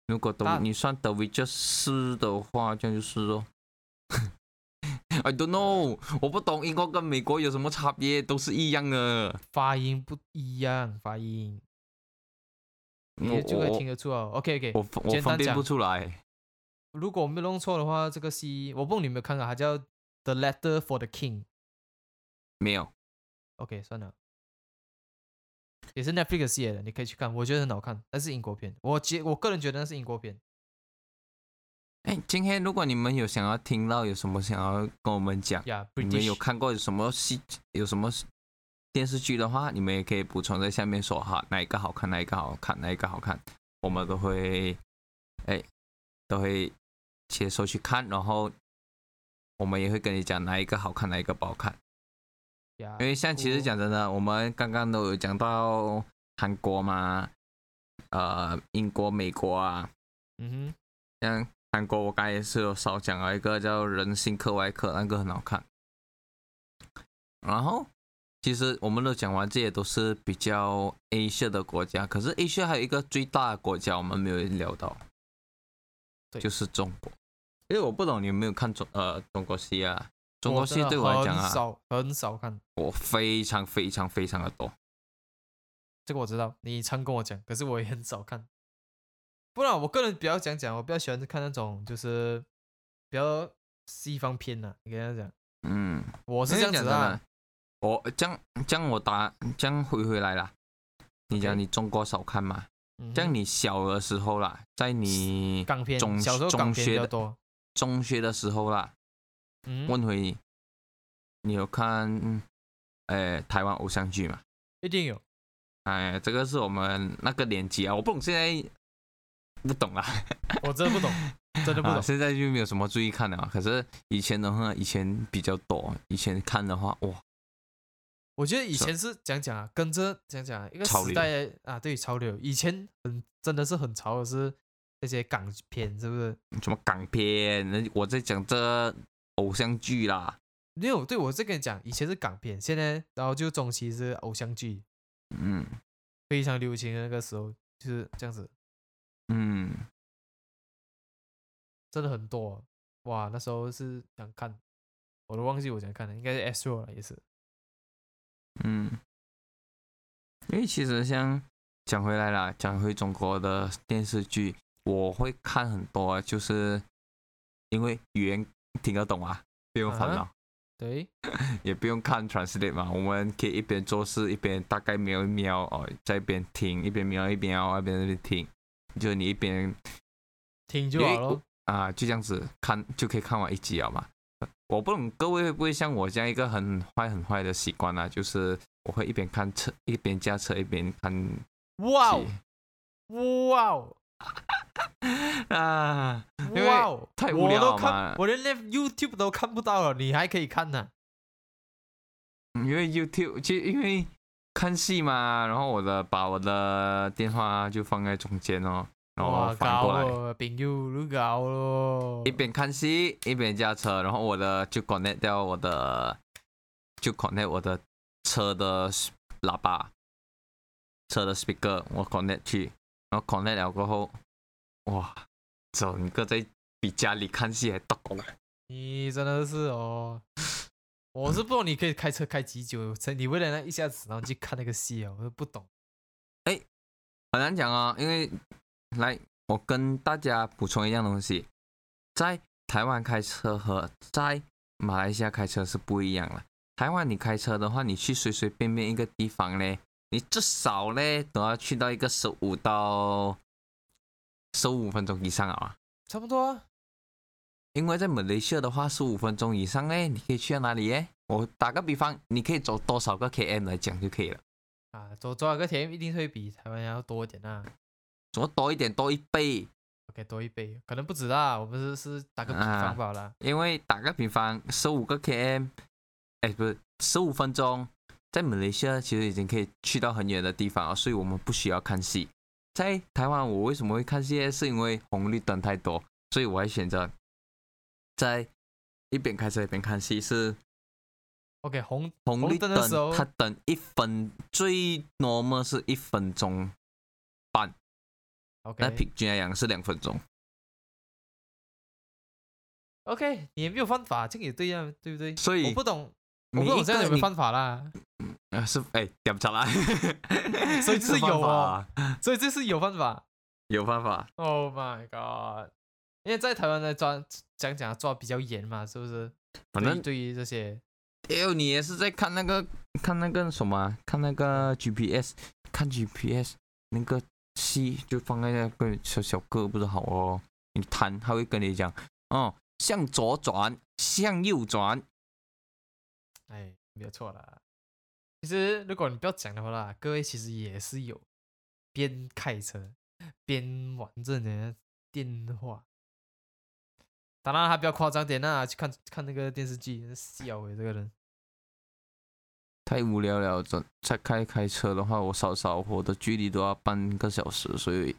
S2: 如果德
S1: 大
S2: 你算德维就是的话，这样就是咯。I don't know，我不懂英国跟美国有什么差别，都是一样的。
S1: 发音不一样，发音
S2: 我
S1: 你就会
S2: 嗯我
S1: 听得出哦。OK OK，
S2: 我分我
S1: 简单
S2: 分辨
S1: 讲
S2: 不出来。
S1: 如果我没有弄错的话，这个戏我不懂你有没有看过，它叫《The Letter for the King》。
S2: 没有，
S1: OK，算了，也是 Netflix 系列的，你可以去看，我觉得很好看。那是英国片，我觉我个人觉得那是英国片。
S2: 哎，今天如果你们有想要听到有什么想要跟我们讲，
S1: 呀、
S2: 你
S1: yeah,，British
S2: 们有看过有什么戏、有什么电视剧的话，你们也可以补充在下面说哈，哪一个好看，哪一个好看，哪一个好看，我们都会哎，都会接收去看，然后我们也会跟你讲哪一个好看，哪一个不好看。
S1: 呀
S2: 因为像其实
S1: 我
S2: 讲真的，我们刚刚都有讲到韩国嘛，呃，英国、美国啊，
S1: 嗯
S2: 像韩国我刚才也是有少讲了一个叫《人性课外课》，那个很好看。然后其实我们都讲完，这些都是比较 Asia 的国家，可是 Asia 还有一个最大的国家我们没有聊到，
S1: 对
S2: 就是中国。因为我不懂你有没有看中呃中国戏啊？中国戏
S1: 真的
S2: 对我来讲
S1: 很
S2: 啊，
S1: 少很少看，
S2: 我非常非常非常的多。
S1: 这个我知道，你常跟我讲，可是我也很少看。不然我个人比较讲讲，我比较喜欢看那种就是比较西方片的、你跟他讲，
S2: 嗯，
S1: 我
S2: 我
S1: 是这样子的啊。
S2: 我这样这样我答这样回回来啦。你讲
S1: OK
S2: 你中国少看嘛？
S1: 嗯哼
S2: 像你小的时候啦，在你
S1: 港片，
S2: 中
S1: 小时候
S2: 中
S1: 港片比
S2: 学
S1: 较
S2: 的
S1: 多。
S2: 中学的时候啦，
S1: 嗯，
S2: 问回你，你有看呃台湾偶像剧吗？
S1: 一定有。
S2: 哎，这个是我们那个年纪啊，我不懂现在不 懂啦，
S1: 我真的不懂，真的不
S2: 啊，
S1: 懂。
S2: 现在就没有什么注意看了啊。可是以前的话，以前比较多，以前看的话，哇，
S1: 我觉得以
S2: 是
S1: 前是讲讲啊，跟着讲讲啊，一个
S2: 潮
S1: 时
S2: 流
S1: 代啊，对潮流。以前很真的是很潮的是那些港片，是不是？
S2: 什么港片，那我在讲这偶像剧啦，
S1: 没有，对我是跟你讲，以前是港片，现在然后就中期是偶像剧，
S2: 嗯
S1: 非常流行的那个时候就是这样子，
S2: 嗯，
S1: 真的很多。哇，那时候是想看，我都忘记我想看了，应该是 S o 了也是。
S2: 嗯，因为其实像讲回来啦，讲回中国的电视剧，我会看很多啊，就是因为语言听得懂啊，不用烦恼，
S1: 对，
S2: 也不用看 translate 嘛，我们可以一边做事一边大概瞄一瞄哦，在一边听，一边瞄一瞄，一边在那边听，就你一边
S1: 听就
S2: 因为
S1: 好了
S2: 我。啊，就这样子看就可以看完一集了嘛。我不懂各位会不会像我这样一个很坏很坏的习惯啊，就是我会一边看车一边驾车一边看
S1: 哇哦
S2: 戏，
S1: 哇哦！
S2: 啊， 因为
S1: 哇哦，
S2: 太无
S1: 我
S2: 聊
S1: 都
S2: 了
S1: 看
S2: 嘛，
S1: 我连那 YouTube 都看不到了，你还可以看呢、
S2: 嗯因为 YouTube 其实因为看戏嘛，然后我的把我的电话就放在中间 哦，然后
S1: 哇，
S2: 反过
S1: 搞
S2: 来
S1: 了，朋友都搞了
S2: 一。边看戏一边驾车，然后我的就 connect 掉我的就 connect 我的车的 s- 喇叭，车的 speaker 我 connect 去，然后 connect 了过后，哇，整个在比家里看戏还倒了。
S1: 你真的是哦，我是不懂你可以开车开几久，真你为了那一下子，然后你去看那个戏啊，我都不懂。
S2: 很难讲啊、因为来，我跟大家补充一样东西，在台湾开车和在马来西亚开车是不一样的。台湾你开车的话，你去随随便便一个地方嘞，你至少嘞都要去到一个十五到十五分钟以上啊。
S1: 差不多啊，
S2: 因为在马来西亚的话，十五分钟以上嘞，你可以去到哪里耶？我打个比方，你可以走多少个 km 来讲就可以了。
S1: 啊，走走两个田一定会比台湾要多一点啊
S2: 怎么多一点，多一倍？
S1: ，OK 多一倍，可能不止啦，我们是是打个比方罢了啦。
S2: 因为打个比方，十五个 km，哎，不是十五分钟，在马来西亚其实已经可以去到很远的地方了，所以我们不需要看戏。在台湾，我为什么会看戏？是因为红绿灯太多，所以我还选择在一边开车一边看戏。是
S1: OK 红
S2: 红
S1: 红
S2: 绿
S1: 灯的时候
S2: 它等一分，最 normal 是一分钟，那
S1: OK
S2: 平均来讲是两分钟。
S1: OK，你也没有犯法，这个也对啊，对不对？
S2: 所以
S1: 我不懂，我
S2: 你
S1: 不
S2: 一
S1: 懂这样
S2: 个
S1: 有没有
S2: 你
S1: 犯法啦，
S2: 啊是哎，点不着啦，
S1: 所以就是
S2: 是犯
S1: 有
S2: 法
S1: 哦
S2: 啊，
S1: 所以这是有犯法。
S2: 有办法。
S1: Oh my god！因为在台湾呢抓讲讲抓比较严嘛，是不是？
S2: 反正
S1: 对于对于这些，
S2: 哎呦，你也是在看那个看那个什么啊，看那个 GPS，看 GPS 那个戏就放在那个小小个不是好哦？你弹他会跟你讲，哦，向左转，向右转，
S1: 哎，没有错啦。其实如果你不要讲的话啦，各位其实也是有边开车边玩这些电话。当然还比较夸张点啊，去看看那个电视剧，笑诶、这个人。
S2: 太无聊了。这再开开车的话，我少少我的距离都要半个小时，所以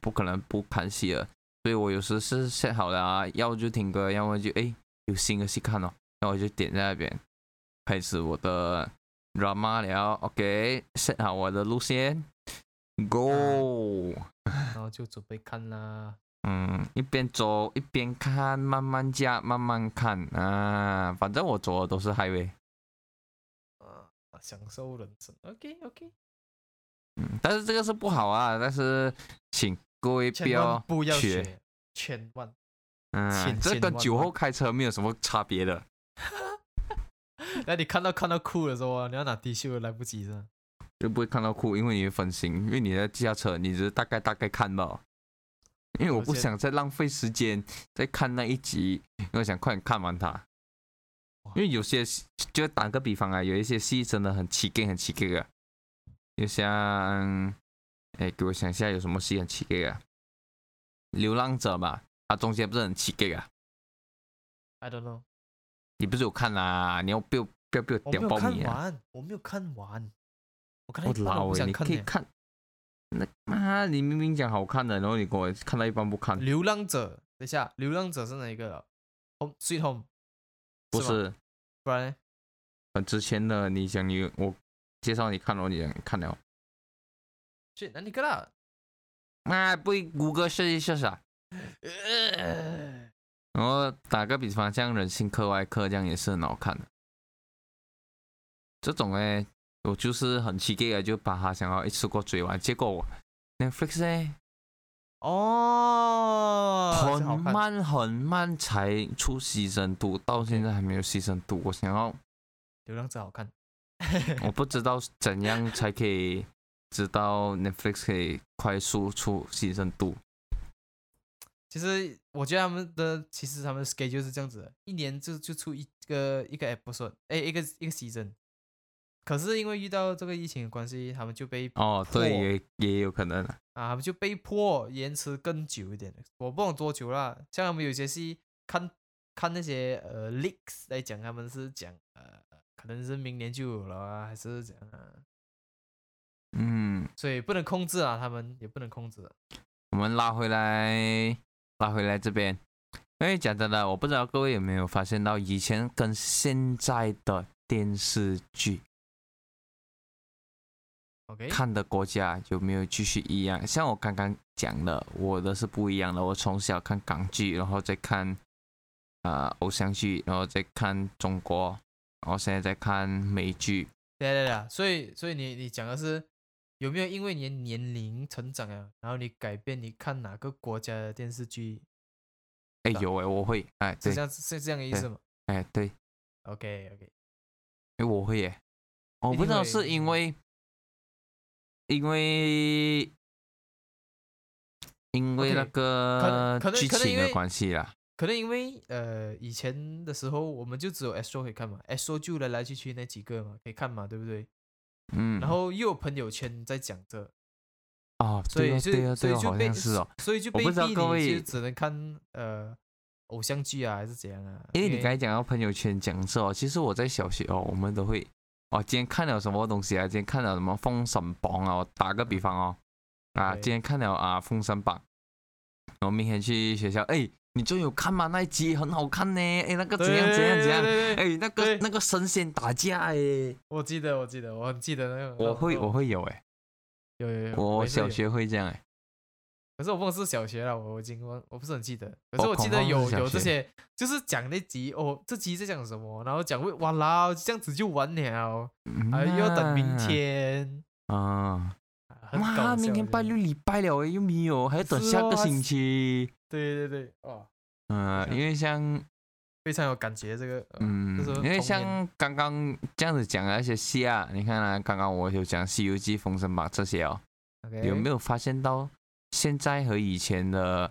S2: 不可能不看戏了。所以我有时是 set 好了啊，要么就听歌，要么就哎有新的戏看哦，那我就点在那边开始我的 drama 了。OK，set 好我的路线，go。
S1: 然后就准备看啦。
S2: 嗯，一边走一边看，慢慢加，慢慢看啊。反正我走的都是 highway。
S1: 啊，享受人生。OK OK，
S2: 嗯，但是这个是不好啊。但是请各位不
S1: 千万
S2: 要
S1: 不要
S2: 学，
S1: 学，千万。
S2: 嗯，
S1: 千
S2: 这
S1: 千
S2: 跟
S1: 万
S2: 酒后
S1: 万
S2: 开车没有什么差别的。
S1: 那你看到看到哭的时候啊，你要拿 T 恤来不及了。
S2: 就不会看到哭，因为你会分心，因为你在驾车，你只是大概大概看到。因为我
S1: 而
S2: 不
S1: 且
S2: 想再浪费时间再看那一集，因为我想快点看完它。因为有些戏就打个比方啊，有一些戏真的很起劲，很起劲啊。就像，哎，给我想一下有什么戏很起劲啊？流浪者嘛，它中间不是很起劲啊？
S1: I don't know，
S2: 你不是有看啦、你要不要不要不要
S1: 我没
S2: 屌
S1: 有
S2: 爆
S1: 看
S2: 你啊？
S1: 完，我没有看完，我看到
S2: 我
S1: 一半
S2: 老
S1: 我不
S2: 诶，
S1: 想
S2: 你
S1: 看
S2: 可以
S1: 了。
S2: 看。那妈，你明明讲好看的，然后你给我看到一半不看，
S1: 流浪者，等一下，流浪者是哪一个？Home Sweet Home，
S2: 不
S1: 是
S2: 是
S1: 不然呢
S2: 很值钱的。你讲你我介绍你看了，你讲你看了，
S1: 去哪里个啦？
S2: 妈不会谷歌试一试啊？
S1: 呃
S2: 然后打个比方，像人性课外课这样也是很好看的。这种哎，我就是很期待的，就把它想要一次过追完，结果我 Netflix 呢
S1: 哦，
S2: 呃很
S1: 这好看，
S2: 慢很慢才出牺牲度，到现在还没有牺牲度。我想要
S1: 流浪者好 看。
S2: 我不知道怎样才可以知道 Netflix 可以快速出牺牲度。
S1: 其实我觉得他们的，其实他们的 schedule 是这样子的，一年就就出一个一个 episode，哎，一个一个 season。可是因为遇到这个疫情的关系，他们就被
S2: 哦，对，
S1: 破
S2: 也也有可能啊。
S1: 啊，他们就被迫延迟更久一点。我不懂多久啦，像他们有些戏看看那些呃 leaks 来讲，他们是讲呃可能是明年就有了啊，还是怎样啊？
S2: 嗯，
S1: 所以不能控制啊，他们也不能控制啊。
S2: 我们拉回来，拉回来这边。因为讲真的，我不知道各位有没有发现到，以前跟现在的电视剧
S1: OK，
S2: 看的国家有没有继续一样？像我刚刚讲的，我的是不一样的。我从小看港剧，然后再看啊、呃偶像剧，然后再看中国，然后现在在看美剧。
S1: 对对对，所以所以你你讲的是有没有因为你的年龄成长啊，然后你改变你看哪个国家的电视剧，
S2: 哎、
S1: 是啊
S2: 有哎、我会，哎，
S1: 是
S2: 对
S1: 这，样是这样的意
S2: 对
S1: 思吗
S2: 哎，对，
S1: ？OK OK，
S2: 哎、我会耶。我
S1: 一
S2: 不
S1: 定
S2: 知道
S1: 会
S2: 是
S1: 一定
S2: 因
S1: 会
S2: 为，因为，因为
S1: OK，
S2: 那
S1: 能
S2: 个
S1: 可能
S2: 剧
S1: 可能
S2: 情
S1: 因
S2: 的
S1: 为
S2: 关系啦。
S1: 可能因为呃以前的时候我们就只有 S O 可以看嘛，S O 就来来去去那几个嘛，可以看嘛，对不对？
S2: 嗯，
S1: 然后又有朋友圈在讲这，
S2: 哦，
S1: 所
S2: 对
S1: 以
S2: 哦，
S1: 就
S2: 对哦，
S1: 所
S2: 对
S1: 以
S2: 哦，
S1: 就
S2: 好
S1: 被
S2: 像是哦，
S1: 所以就
S2: 我
S1: 被
S2: 不知道
S1: 逼
S2: 各
S1: 你
S2: 位
S1: 就只能看呃偶像剧啊还是怎样啊？
S2: 因为你刚才讲到朋友圈讲这哦，其实我在小学哦，我们都会哦，今天看了什么东西啊？今天看了什么《封神榜》啊？我打个比方哦，啊，
S1: 对
S2: 今天看了啊《封神榜》，我明天去学校，哎，你终于有看吗？那一集很好看呢，哎，那个怎样怎样怎样，
S1: 对对对对
S2: 哎，那个
S1: 对
S2: 那个神仙打架哎，
S1: 我记得我记得我很记得那个，
S2: 我
S1: 那
S2: 会
S1: 那
S2: 我会有哎，
S1: 有有有，
S2: 我
S1: 也是
S2: 小
S1: 有，
S2: 学会这样哎，
S1: 可是我忘了是小学了，我我已经忘我不是很记得，可是
S2: 我
S1: 我记
S2: 哦恐
S1: 得
S2: 慌是
S1: 有
S2: 小
S1: 有这
S2: 学
S1: 些，就是讲那集哦，这集在讲什么，然后讲哇啦，这样子就完了，还要等明天。
S2: 啊，
S1: 啊很搞
S2: 妈，明
S1: 笑
S2: 天
S1: 这
S2: 拜
S1: 样
S2: 六礼拜了哎，又没有，还要等
S1: 是
S2: 下
S1: 哦
S2: 个
S1: 还
S2: 星
S1: 是
S2: 期。
S1: 对对对，哦，
S2: 嗯，因为像
S1: 非常有感觉这个，呃
S2: 嗯
S1: 这是，
S2: 因
S1: 童
S2: 为
S1: 年
S2: 像刚刚这样子讲的那些戏啊，你看啊，刚刚我有讲《西游记》《封神榜》这些哦，
S1: OK，
S2: 有没有发现到现在和以前的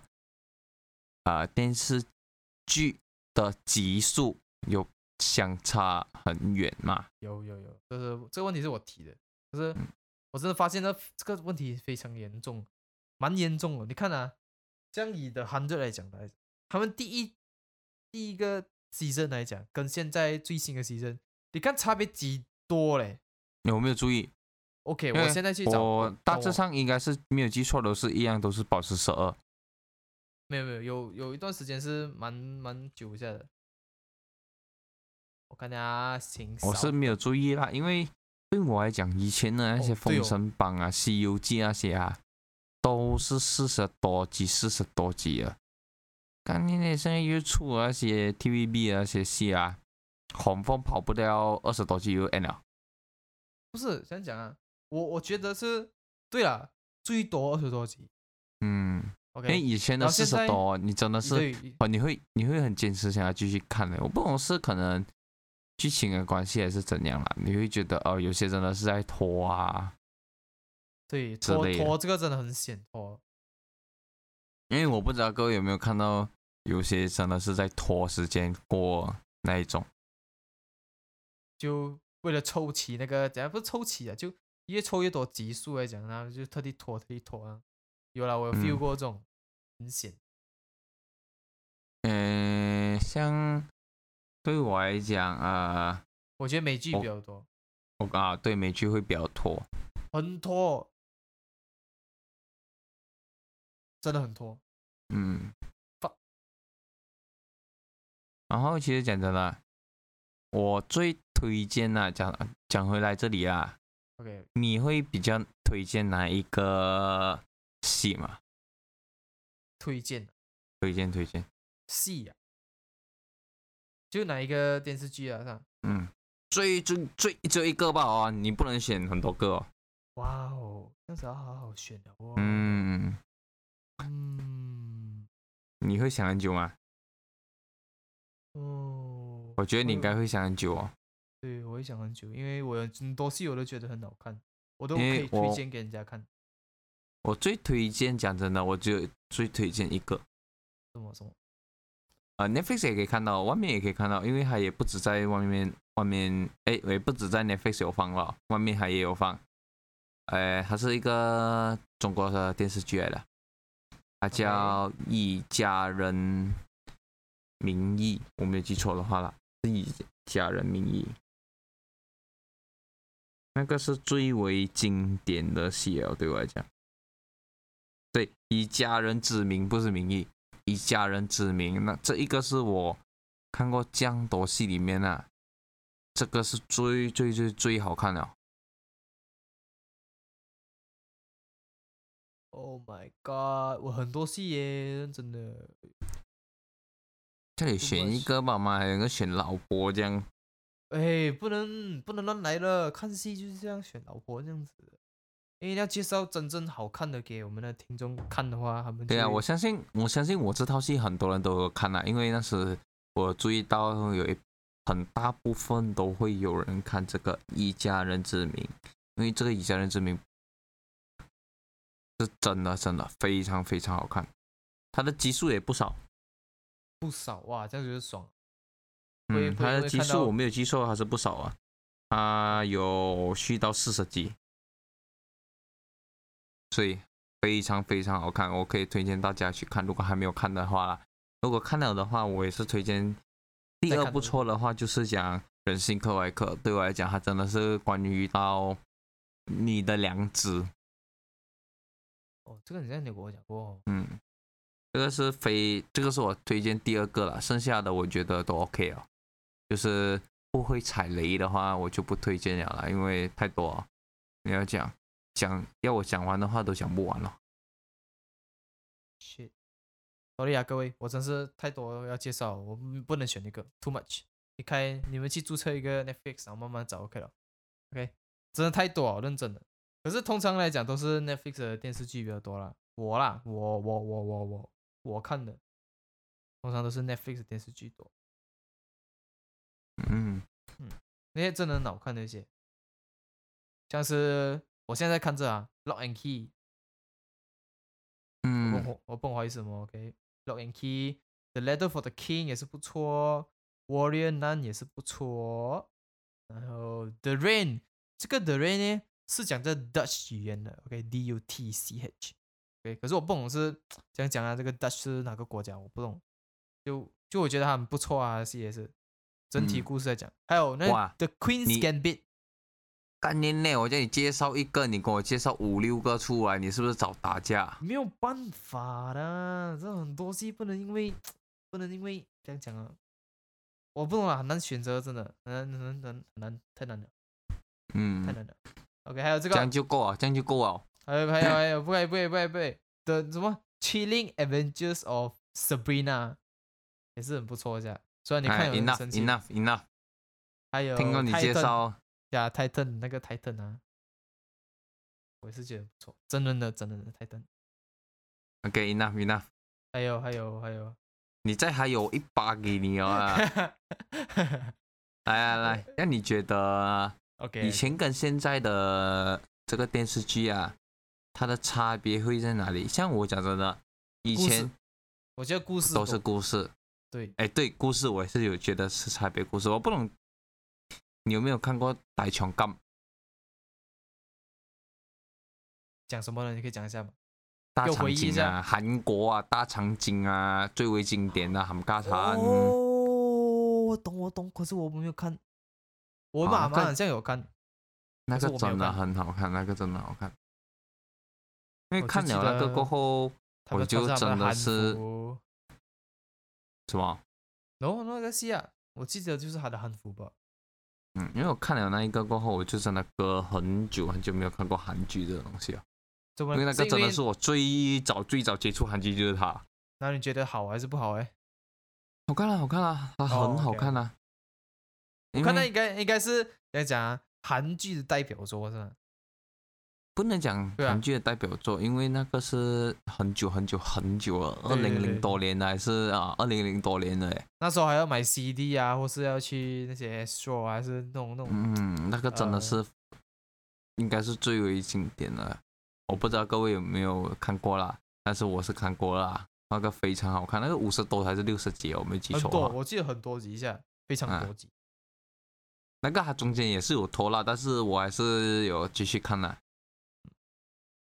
S2: 啊、呃电视剧的集数有相差很远嘛？
S1: 有有有，这是这个问题是我提的，可是
S2: 嗯
S1: 我真的发现到这个问题非常严重，蛮严重的。你看啊，这样以的 Hundred 来讲来，他们第一第一个 season 来讲，跟现在最新的 season，你看差别几多嘞
S2: 有没有注意？
S1: ？OK，
S2: 因为
S1: 我现在去找，
S2: 嗯我大致
S1: 我
S2: 上应该是没有记错的是，一样都是保持十二。
S1: 没有没有有有一段时间是蛮蛮久一下的。我看下行少，
S2: 我是没有注意啦，因为对我来讲，以前的那些
S1: 哦
S2: 《
S1: 对
S2: 封
S1: 哦
S2: 神榜》啊、西游记》那些啊，都是四十多集、四十多集的。看你那现在又出了那些 TVB 的那些戏啊，红枫跑不掉二十多集就 end 了。
S1: 不是想讲啊？我我觉得是对了，最多二十多集。
S2: 嗯，因
S1: OK，
S2: 为以前的
S1: 然后
S2: 四
S1: 现
S2: 十
S1: 在
S2: 多，你真的是
S1: 对
S2: 哦，你会你会很坚持想要继续看的。我不懂是可能剧情的关系还是怎样啦，你会觉得哦，有些真的是在拖啊。
S1: 对
S2: 之
S1: 拖
S2: 类的
S1: 拖这个真的很险拖。
S2: 因为我不知道各位有没有看到，有些真的是在拖时间过那一种。
S1: 就为了凑齐那个，怎样不是凑齐啊，就越凑越多集数来讲，然后就特地拖特地拖啊。有啦，我有 feel
S2: 嗯
S1: 过这种，很险。
S2: 嗯，像对我来讲啊、
S1: 我觉得美剧
S2: 哦
S1: 比较多，
S2: 呃，我啊对美剧会比较拖。
S1: 很拖，真的很拖。
S2: 嗯
S1: Fuck，
S2: 然后其实讲真的，我最推荐呐、讲讲回来这里啊，
S1: OK，
S2: 你会比较推荐哪一个戏嘛？
S1: 推荐
S2: 推荐推荐，
S1: 戏啊，就哪一个电视剧啊？是吧
S2: 嗯，最最最只有一个吧哦，你不能选很多个哦。
S1: 哇哦，这样子要好好选的哦。
S2: 嗯，
S1: 嗯
S2: 你会想很久吗？
S1: 哦，
S2: 我觉得你应
S1: 有
S2: 该会想很久哦，
S1: 对，我会想很久，因为我有很多戏我都觉得很好看，我都
S2: 因
S1: 可
S2: 为
S1: 以推
S2: 我
S1: 荐给人家看。
S2: 我最推荐，讲真的，我只有最推荐一个
S1: 什么什么？
S2: 啊、呃 Netflix 也可以看到，外面也可以看到，因为它也不止在外面，外面哎，也不止在 Netflix 有放了，外面还也有放。呃，它是一个中国的电视剧来的，它
S1: OK
S2: 叫《一家人名义》，我没有记错的话啦，是《以家人名义》。那个是最为经典的戏哦，对我来讲。对，以家人之名不是名义，以家人之名。那这一个是我看过这样多戏里面啊，这个是最最最最好看了。
S1: Oh my god！我很多戏耶，真的。
S2: 这里选一个吧嘛，还有一个选老婆这样。
S1: 哎，不能不能乱来了，看戏就是这样选老婆这样子。因为要介绍真正好看的给我们的听众看的话，他们
S2: 对啊，
S1: 就会
S2: 我相信，我相信我这套戏很多人都有看了、因为那时我注意到有一很大部分都会有人看这个《以家人之名》，因为这个《以家人之名》是真的真的非常非常好看，它的集数也不少，
S1: 不少哇，这样就是爽。会会
S2: 嗯，它的
S1: 会
S2: 集
S1: 看到
S2: 数我没有记错，还是不少啊，它有续到四十集，所以非常非常好看，我可以推荐大家去看。如果还没有看的话啦，如果看了的话，我也是推荐。第
S1: 再
S2: 二
S1: 看
S2: 不
S1: 多一
S2: 错的话就是讲《人性课外课》，对我来讲，它真的是关于到你的良知，
S1: 哦，这个你之前你有跟我讲过哦，
S2: 嗯，这个是非，这个是我推荐第二个了，剩下的我觉得都 OK 哦。就是不会踩雷的话，我就不推荐了啦，因为太多了。你要讲讲，要我讲完的话都讲不完了。
S1: shit。Sorry 啊，各位，我真是太多要介绍，我们不能选一个，too much。你开，你们去注册一个 Netflix，然后慢慢找 OK 了。OK，真的太多了，认真的。可是通常来讲都是 Netflix 的电视剧比较多啦，我啦，我我我我我我看的，通常都是 Netflix 的电视剧多，
S2: 嗯，
S1: 那些真的很好看的一些，像是我现在看这啊，Lock and Key，我不
S2: 嗯，
S1: 红我不怀疑什么，OK，Lock、and Key，The Letter for the King 也是不错哦，Warrior Nun 也是不错哦，然后 The Rain 这个 The Rain 呢是讲这 Dutch 语言的，OK，D U T C H，对，可是我不懂是怎样讲啊，这个 Dutch 是哪个国家，我不懂。就就我觉得他很不错啊，戏也是整体
S2: 嗯
S1: 故事来讲。还有那
S2: 哇
S1: The Queen's
S2: 你
S1: Gambit，
S2: 干你内，我叫你介绍一个，你给我介绍五六个出来，你是不是找打架？
S1: 没有办法的，这很多戏不能因为不能因为这样讲啊，我不懂啊，很难选择，真的，很难很难很难，太难了，
S2: 嗯
S1: 太，难了。OK，还有这
S2: 这样
S1: 个，
S2: 就够啊了，这样就够了。
S1: 还有还有还有，不可以不可以不可以不可以的什么《Chilling Adventures of Sabrina》也是很不错的，虽然你看
S2: 哎
S1: 有人
S2: ，enough
S1: 生气，
S2: enough enough，
S1: 还有
S2: 听过你介
S1: Titan
S2: 绍，
S1: 呀，Titan 那个 Titan 啊，我也是觉得不错，真人的真人的 Titan，
S2: OK enough enough，
S1: 还有还有还有，
S2: 你再还有一把给你 哦啊。来来来，那你觉得啊
S1: OK，
S2: 以前跟现在的这个电视剧啊，它的差别会在哪里？像我讲真的，以
S1: 故事
S2: 前
S1: 我觉得故事
S2: 都是
S1: 懂
S2: 故事，
S1: 对，
S2: 哎，对，故事我也是有觉得是差别故事。我不懂，你有没有看过《大长今》？啊
S1: 讲什么呢？你可以讲一下吗？
S2: 大
S1: 又
S2: 长
S1: 回忆一
S2: 今啊，韩国啊，大长今啊，最为经典的韩家产。
S1: 哦，我懂我懂，可是我没有看，我
S2: 哦
S1: 妈
S2: 那
S1: 妈
S2: 个
S1: 好像有看，
S2: 那
S1: 可是
S2: 个
S1: 我没有
S2: 真的
S1: 看
S2: 很好看，那个真的好看。
S1: 我
S2: 因为
S1: 就
S2: 看
S1: 记
S2: 了那个
S1: 得
S2: 过后，
S1: 他
S2: 我
S1: 们穿
S2: 就
S1: 上他们
S2: 真的
S1: 韩
S2: 是
S1: 服
S2: 什么？
S1: 然后那个戏啊，我记得就是他的汉服吧，
S2: 嗯，因为我看了那一个过后，我就真的隔很久很久没有看过韩剧这个东西了。
S1: 怎么
S2: 因为那个真的
S1: 为
S2: 是我最早最早接触韩剧就是
S1: 哦
S2: 它，
S1: 那你觉得好还是不好？哎，
S2: 好看啊，好看啊，它
S1: 哦
S2: 很好
S1: ，OK
S2: 看啊。
S1: 哦我
S2: 因
S1: 看
S2: 为
S1: 那应该应该是怎样讲啊？韩剧的代表作是吗？
S2: 不能讲
S1: 对啊
S2: 韩剧的代表作，因为那个是很久很久很久了，二
S1: 对对
S2: 零
S1: 对
S2: 零多年的还是啊，二零零多年的欸。
S1: 那时候还要买 CD 啊，或是要去那些 store 啊还是那种那种
S2: 嗯，那个真
S1: 呃
S2: 的是应该是最为经典的，我不知道各位有没有看过啦，但是我是看过啦，那个非常好看，那个五十多还是六十几，我没记
S1: 很
S2: 错
S1: 多，
S2: 啊。
S1: 我记得很多集一下，非常
S2: 啊
S1: 多集。
S2: 那个它中间也是有拖拉，但是我还是有继续看的。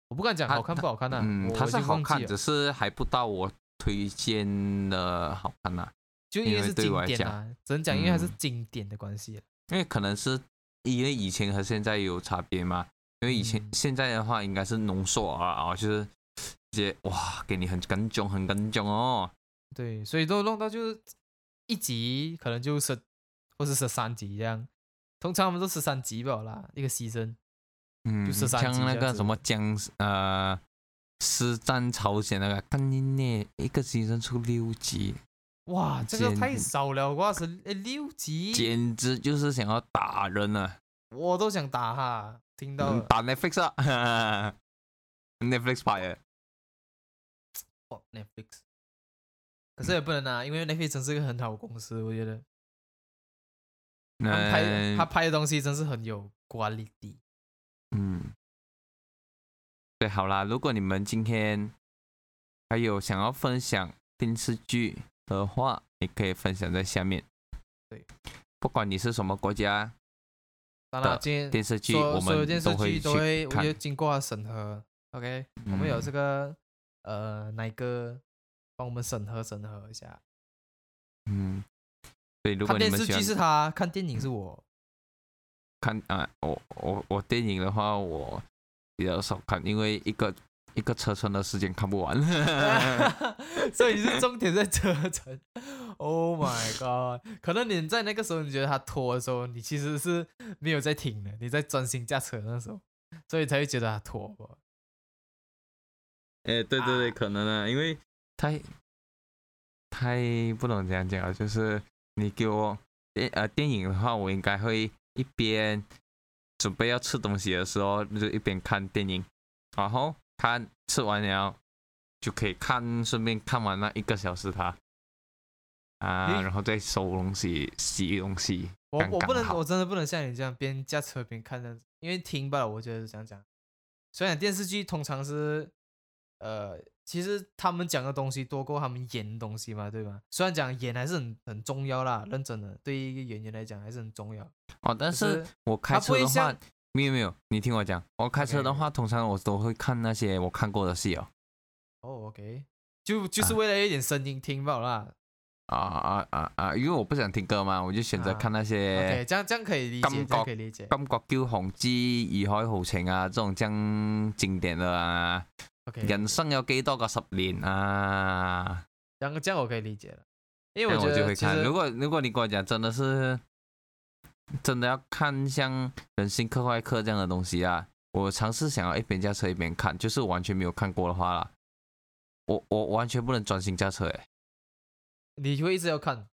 S1: 我不敢讲
S2: 它
S1: 好看不好看啊，
S2: 嗯，
S1: 我
S2: 它
S1: 我已
S2: 是
S1: 经
S2: 好
S1: 忘记
S2: 看，
S1: 了
S2: 只是还不到我推荐的好看呐、
S1: 就因
S2: 因
S1: 为
S2: 为
S1: 是
S2: 对
S1: 经
S2: 我来
S1: 典
S2: 讲
S1: 啊，只能讲因为它是
S2: 嗯
S1: 经典的关系啊。
S2: 因为可能是因为以前和现在有差别嘛，因为以前、
S1: 嗯
S2: 现在的话应该是浓缩啊啊，就是直接哇给你很跟踪很跟踪哦，
S1: 对，所以都弄到就是一集可能就十或是十三集这样，通常我们都十三集吧啦，一个牺牲。
S2: 嗯，
S1: 就13集
S2: 像
S1: 这
S2: 那
S1: 样
S2: 个
S1: 子
S2: 什么江呃师战朝鲜那个，干你呢一个新生出六集，
S1: 哇，这个
S2: 简
S1: 太
S2: 直
S1: 少了哇，是诶六集，
S2: 简直就是想要打人啊！
S1: 我都想打哈，听到
S2: 嗯
S1: 了，
S2: 打 Netflix 啊 ，Netflix 拍的，
S1: 哇 Netflix，可是也不能啊，因为 Netflix 真是个很好的公司，我觉得他们拍
S2: 嗯
S1: 他拍的东西真是很有 quality。
S2: 嗯，对，好啦，如果你们今天还有想要分享电视剧的话，你可以分享在下面。
S1: 对，
S2: 不管你是什么国家
S1: 当然啊，
S2: 的
S1: 今天
S2: 电视剧，
S1: 所
S2: 我
S1: 所有电
S2: 们
S1: 视
S2: 都
S1: 剧
S2: 会
S1: 都会，
S2: 去嗯
S1: 我
S2: 看
S1: 觉得。经过审核，OK，我们有这个呃奶哥帮我们审核审核一下。
S2: 嗯，对，如
S1: 看
S2: 果你
S1: 电
S2: 们
S1: 视
S2: 喜
S1: 剧
S2: 欢
S1: 是他，看电影是我。
S2: 看啊，我我我电影的话，我比较少看，因为一个一个车程的时间看不完。 嗯
S1: 所以你是重点在车程。Oh my god！可能你在那个时候，你觉得他拖的时候，你其实是没有在听的，你在专心驾车那时候，所以才会觉得他拖吧。
S2: 哎，对对对，
S1: 啊
S2: 可能啊，因为太太不懂怎样讲了，就是你给我电呃电影的话，我应该会一边准备要吃东西的时候，就一边看电影，然后看吃完了就可以看，顺便看完那一个小时它啊，
S1: 诶
S2: 然后再收东西、洗东西。
S1: 我
S2: 刚
S1: 我不
S2: 刚
S1: 能，
S2: 好
S1: 我真的不能像你这样边驾车边看这样子，因为听吧，我觉得是这样讲。虽然电视剧通常是，呃，其实他们讲的东西多过他们演的东西嘛，对吧？虽然讲演还是很很重要啦，认真的，对于一个演员来讲还是很重要。
S2: 哦，
S1: 可
S2: 但是
S1: 是
S2: 我
S1: 它
S2: 开
S1: 不
S2: 车
S1: 会
S2: 的话
S1: 像，
S2: 没有没有，你听我讲，我开车的
S1: OK，OK
S2: 话，通常我都会看那些我看过的戏哦。
S1: 哦，OK，就就是为了一点声音听罢了啦。
S2: 啊啊啊啊！因为我不想听歌嘛，我就选择
S1: 啊
S2: 看那
S1: OK，
S2: 些
S1: 这样这样可以理解，
S2: 感
S1: 这样
S2: 覺
S1: 可以理解
S2: 《。感覺叫紅之義海豪情》啊，這種將經典的啊，
S1: OK，
S2: 人生有幾多個十年啊？
S1: 这样这样我可以理解了，因为
S2: 那
S1: 我觉
S2: 我就
S1: 得
S2: 会
S1: 其
S2: 看。如
S1: 实
S2: 果如果你跟我讲真的是，真的要看像《人性课外课》这样的东西啊，我尝试想要一边驾车一边看，就是完全没有看过的话啦，我我完全不能专心驾车诶。
S1: 你会一直要看，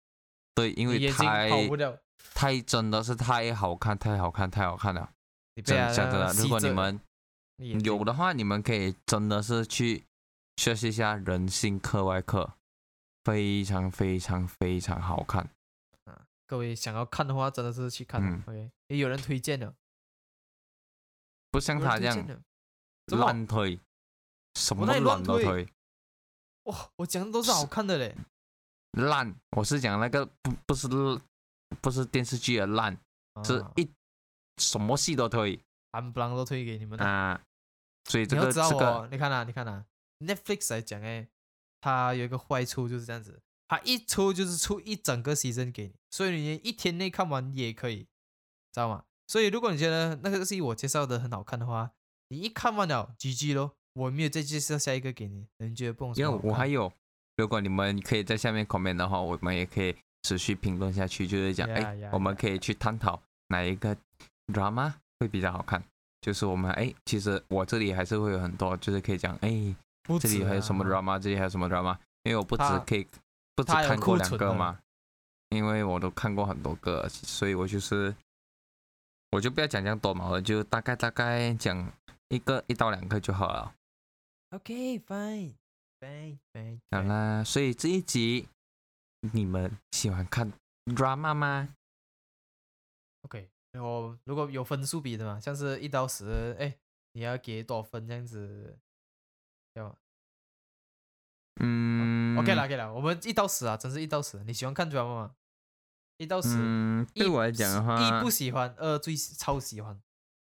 S2: 对，因
S1: 你
S2: 为
S1: 眼睛
S2: 太
S1: 跑不掉，
S2: 太真的是太好看，太好看，太好看了。
S1: 你被
S2: 真
S1: 它
S2: 讲真的，如
S1: 吸
S2: 果你
S1: 着
S2: 们
S1: 你眼睛
S2: 有的话，你们可以真的是去学习一下人性课外课，非常非常非常好看。
S1: 各位想要看的话，真的是去看啊。
S2: 嗯
S1: OK，也有人推荐的，
S2: 不像
S1: 有人
S2: 他这
S1: 推
S2: 样
S1: 荐的怎么
S2: 乱推，什么
S1: 哪里乱
S2: 乱都
S1: 推
S2: 推，
S1: 哇，我讲的都是好看的嘞。
S2: 烂。我是讲那个不不是不是电视剧的烂，是
S1: 啊
S2: 一什么戏都推
S1: 安布朗都推给你们了。
S2: 啊。所以这
S1: 嗯你
S2: 个
S1: 要知道
S2: 这个
S1: 哦，你看啊，你看啊，Netflix 来讲哎，它有一个坏处就是这样子，它一出就是出一整个 season 给你，所以你一天内看完也可以，知道吗？所以如果你觉得那个戏我介绍的很好看的话，你一看完了，GG 咯，我没有再介绍下一个给你，你觉得不懂什
S2: 因
S1: 么
S2: 为
S1: 好看？
S2: 我还有，如果你们可以在下面 comment 的话，我们也可以持续评论下去，就是讲，哎
S1: Yeah, yeah,
S2: 我们
S1: yeah.
S2: 可以去探讨哪一个 drama 会比较好看。就是我们哎，其实我这里还是会有很多，就是可以讲，哎，
S1: 不
S2: 这里
S1: 止
S2: 还有
S1: 啊
S2: 什么 drama，这里还有什么 drama，因为我不止
S1: 它
S2: 可以不止
S1: 它有
S2: 看过
S1: 库
S2: 两
S1: 存
S2: 个
S1: 的
S2: 嘛，因为我都看过很多个，所以我就是我就不要讲这样多嘛，我就大概大概讲一个一到两个就好了。
S1: ？OK fine fine fine，
S2: 好
S1: fine
S2: 啦，所以这一集你们喜欢看 drama 吗？
S1: OK，我如果有分数比的嘛，像是一到十，哎，你要给多少分这样子，要吗？
S2: 嗯
S1: OK 啦，OK 啦，我们一到十啊，真是一到十。你喜欢看 drama 吗？一到十，
S2: 嗯，对
S1: 一
S2: 我来讲的话
S1: 一不，喜欢，二最喜超喜欢，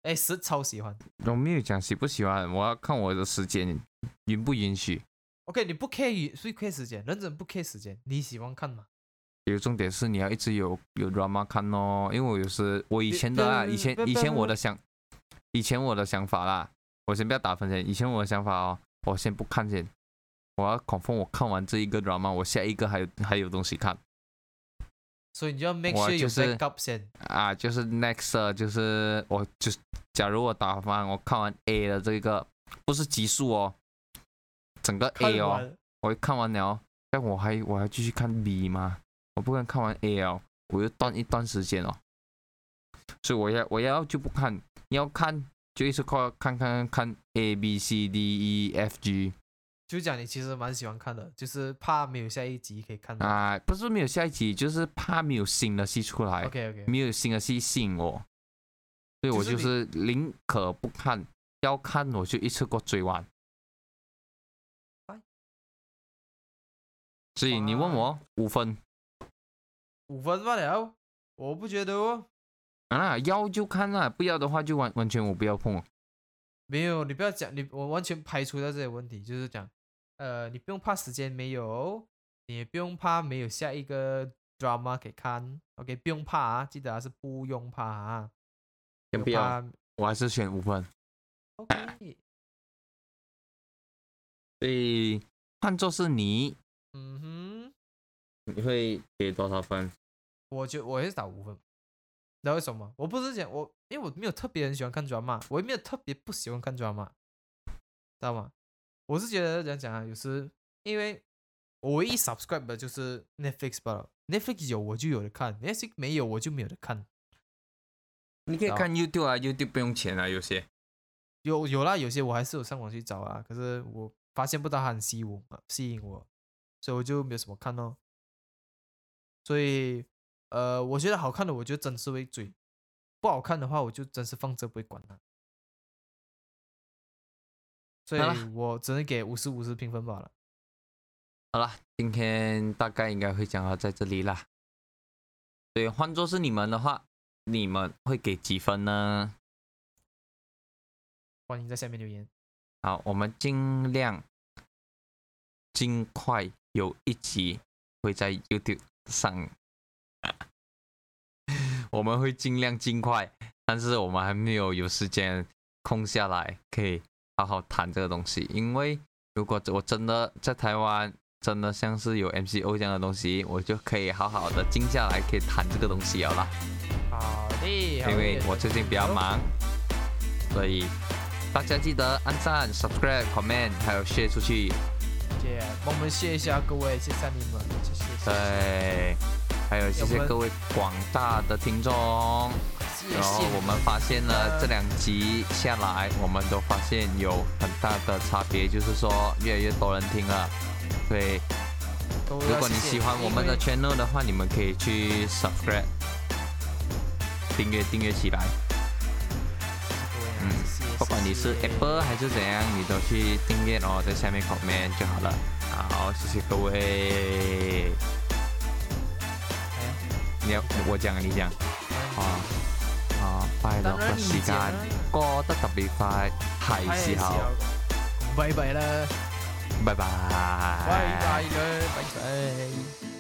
S1: 哎，十超喜欢。
S2: 我没有讲喜不喜欢，我要看我的时间允不允许。
S1: OK，你不 care 所以 care 时间，认真不 care 时间，你喜欢看吗？
S2: 有重点是你要一直有有 drama 看哦，因为我有时我以
S1: 别
S2: 前的啊，
S1: 别
S2: 以前
S1: 别
S2: 以前我
S1: 别
S2: 的想，以前我的想法啦，我先不要打分先，以前我的想法哦，我先不看先，我要 confirm 我看完这一个 drama，我下一个还有还有东西看。
S1: 所以你就要 make
S2: 我
S1: sure 有
S2: 就是
S1: back up 先。
S2: 啊，就是 next 啊就是我就是，假如我打翻，我看完 A 的这个不是集数哦，整个 A
S1: 看
S2: 哦，
S1: 完
S2: 我看完了，但我还我还继续看 B 吗？我不能看完 A 哦，我又断一段时间哦，所以我要我要就不看，要看就一直看看看看 A B C D E F G
S1: 就讲你其实蛮喜欢看的，就是怕没有下一集可以看到。
S2: 啊，不是没有下一集，就是怕没有新的戏出来。
S1: OK OK，
S2: 没有新的戏吸引我，所以我
S1: 就
S2: 就是是宁可不看，要看我就一次过追完
S1: Fine。
S2: 所以你问我五分
S1: 五分罢了，我不觉得哦。
S2: 啊，要就看啦，不要的话就完完全我不要碰。
S1: 没有，你不要讲，你我完全排除掉这些问题，就是讲，呃，你不用怕时间没有，你也不用怕没有下一个 drama 可以看，OK，不用怕啊，记得啊是不用怕啊，
S2: 先不要，
S1: 怕
S2: 我还是选五分。
S1: ，OK，
S2: 所以换作是你，
S1: 嗯哼，
S2: 你会给多少分？
S1: 我觉我也是打五分，你知道为什么吗？我不是讲我，因为我没有特别很喜欢看 drama，我也没有特别不喜欢看 drama，知道吗？我是觉得怎样讲啊，有时因为我唯一 subscribe 的就是 Netflix 罢了，Netflix 有我就有的看，Netflix 没有我就没有的看。
S2: 你可以
S1: 好
S2: 看 YouTube 啊，YouTube 不用钱啊，有些。
S1: 有有啦，有些我还是有上网去找啊，可是我发现不到它很吸引我嘛，吸引我，所以我就没有什么看咯。所以，呃，我觉得好看的，我就真是会追；不好看的话，我就真是放着不会管它。所以
S2: 好啦
S1: 我只能给五十五十评分罢了。
S2: 好啦，今天大概应该会讲到在这里啦。所以换作是你们的话，你们会给几分呢？
S1: 欢迎在下面留言。
S2: 好，我们尽量尽快有一集会在 YouTube 上， 我们会尽量尽快，但是我们还没有有时间空下来，可以好好谈这个东西。因为如果我真的在台湾，真的像是有 MCO 这样的东西，我就可以好好的静下来，可以谈这个东西了啦。
S1: 好的，好的
S2: 因为我最近比较忙，所以大家记得按赞、subscribe、comment，还有 share 出去。
S1: 谢谢，帮我们谢一下各位，谢谢你们，谢谢，谢
S2: 呃
S1: 谢
S2: 对，还有谢
S1: 我
S2: 谢
S1: 们
S2: 各位广大的听众。哦
S1: 谢
S2: 然后
S1: 谢
S2: 我们发现呢，这两集下来，我们都发现有很大的差别，就是说越来越多人听了。对，
S1: 都
S2: 如
S1: 要
S2: 果你
S1: 谢谢
S2: 喜欢我们的 channel 的话，你们可以去 subscribe，订阅订阅起来。
S1: 啊
S2: 嗯不管你是 Apple 还是怎样，你都去订阅哦，在下面 comment 就好了。好，谢谢各位。你要我讲，你讲。啊啊，快樂嘅時間過得特別快，係
S1: 哎
S2: 時候，
S1: 拜拜啦，
S2: 拜拜。哎
S1: 拜拜啦，拜拜。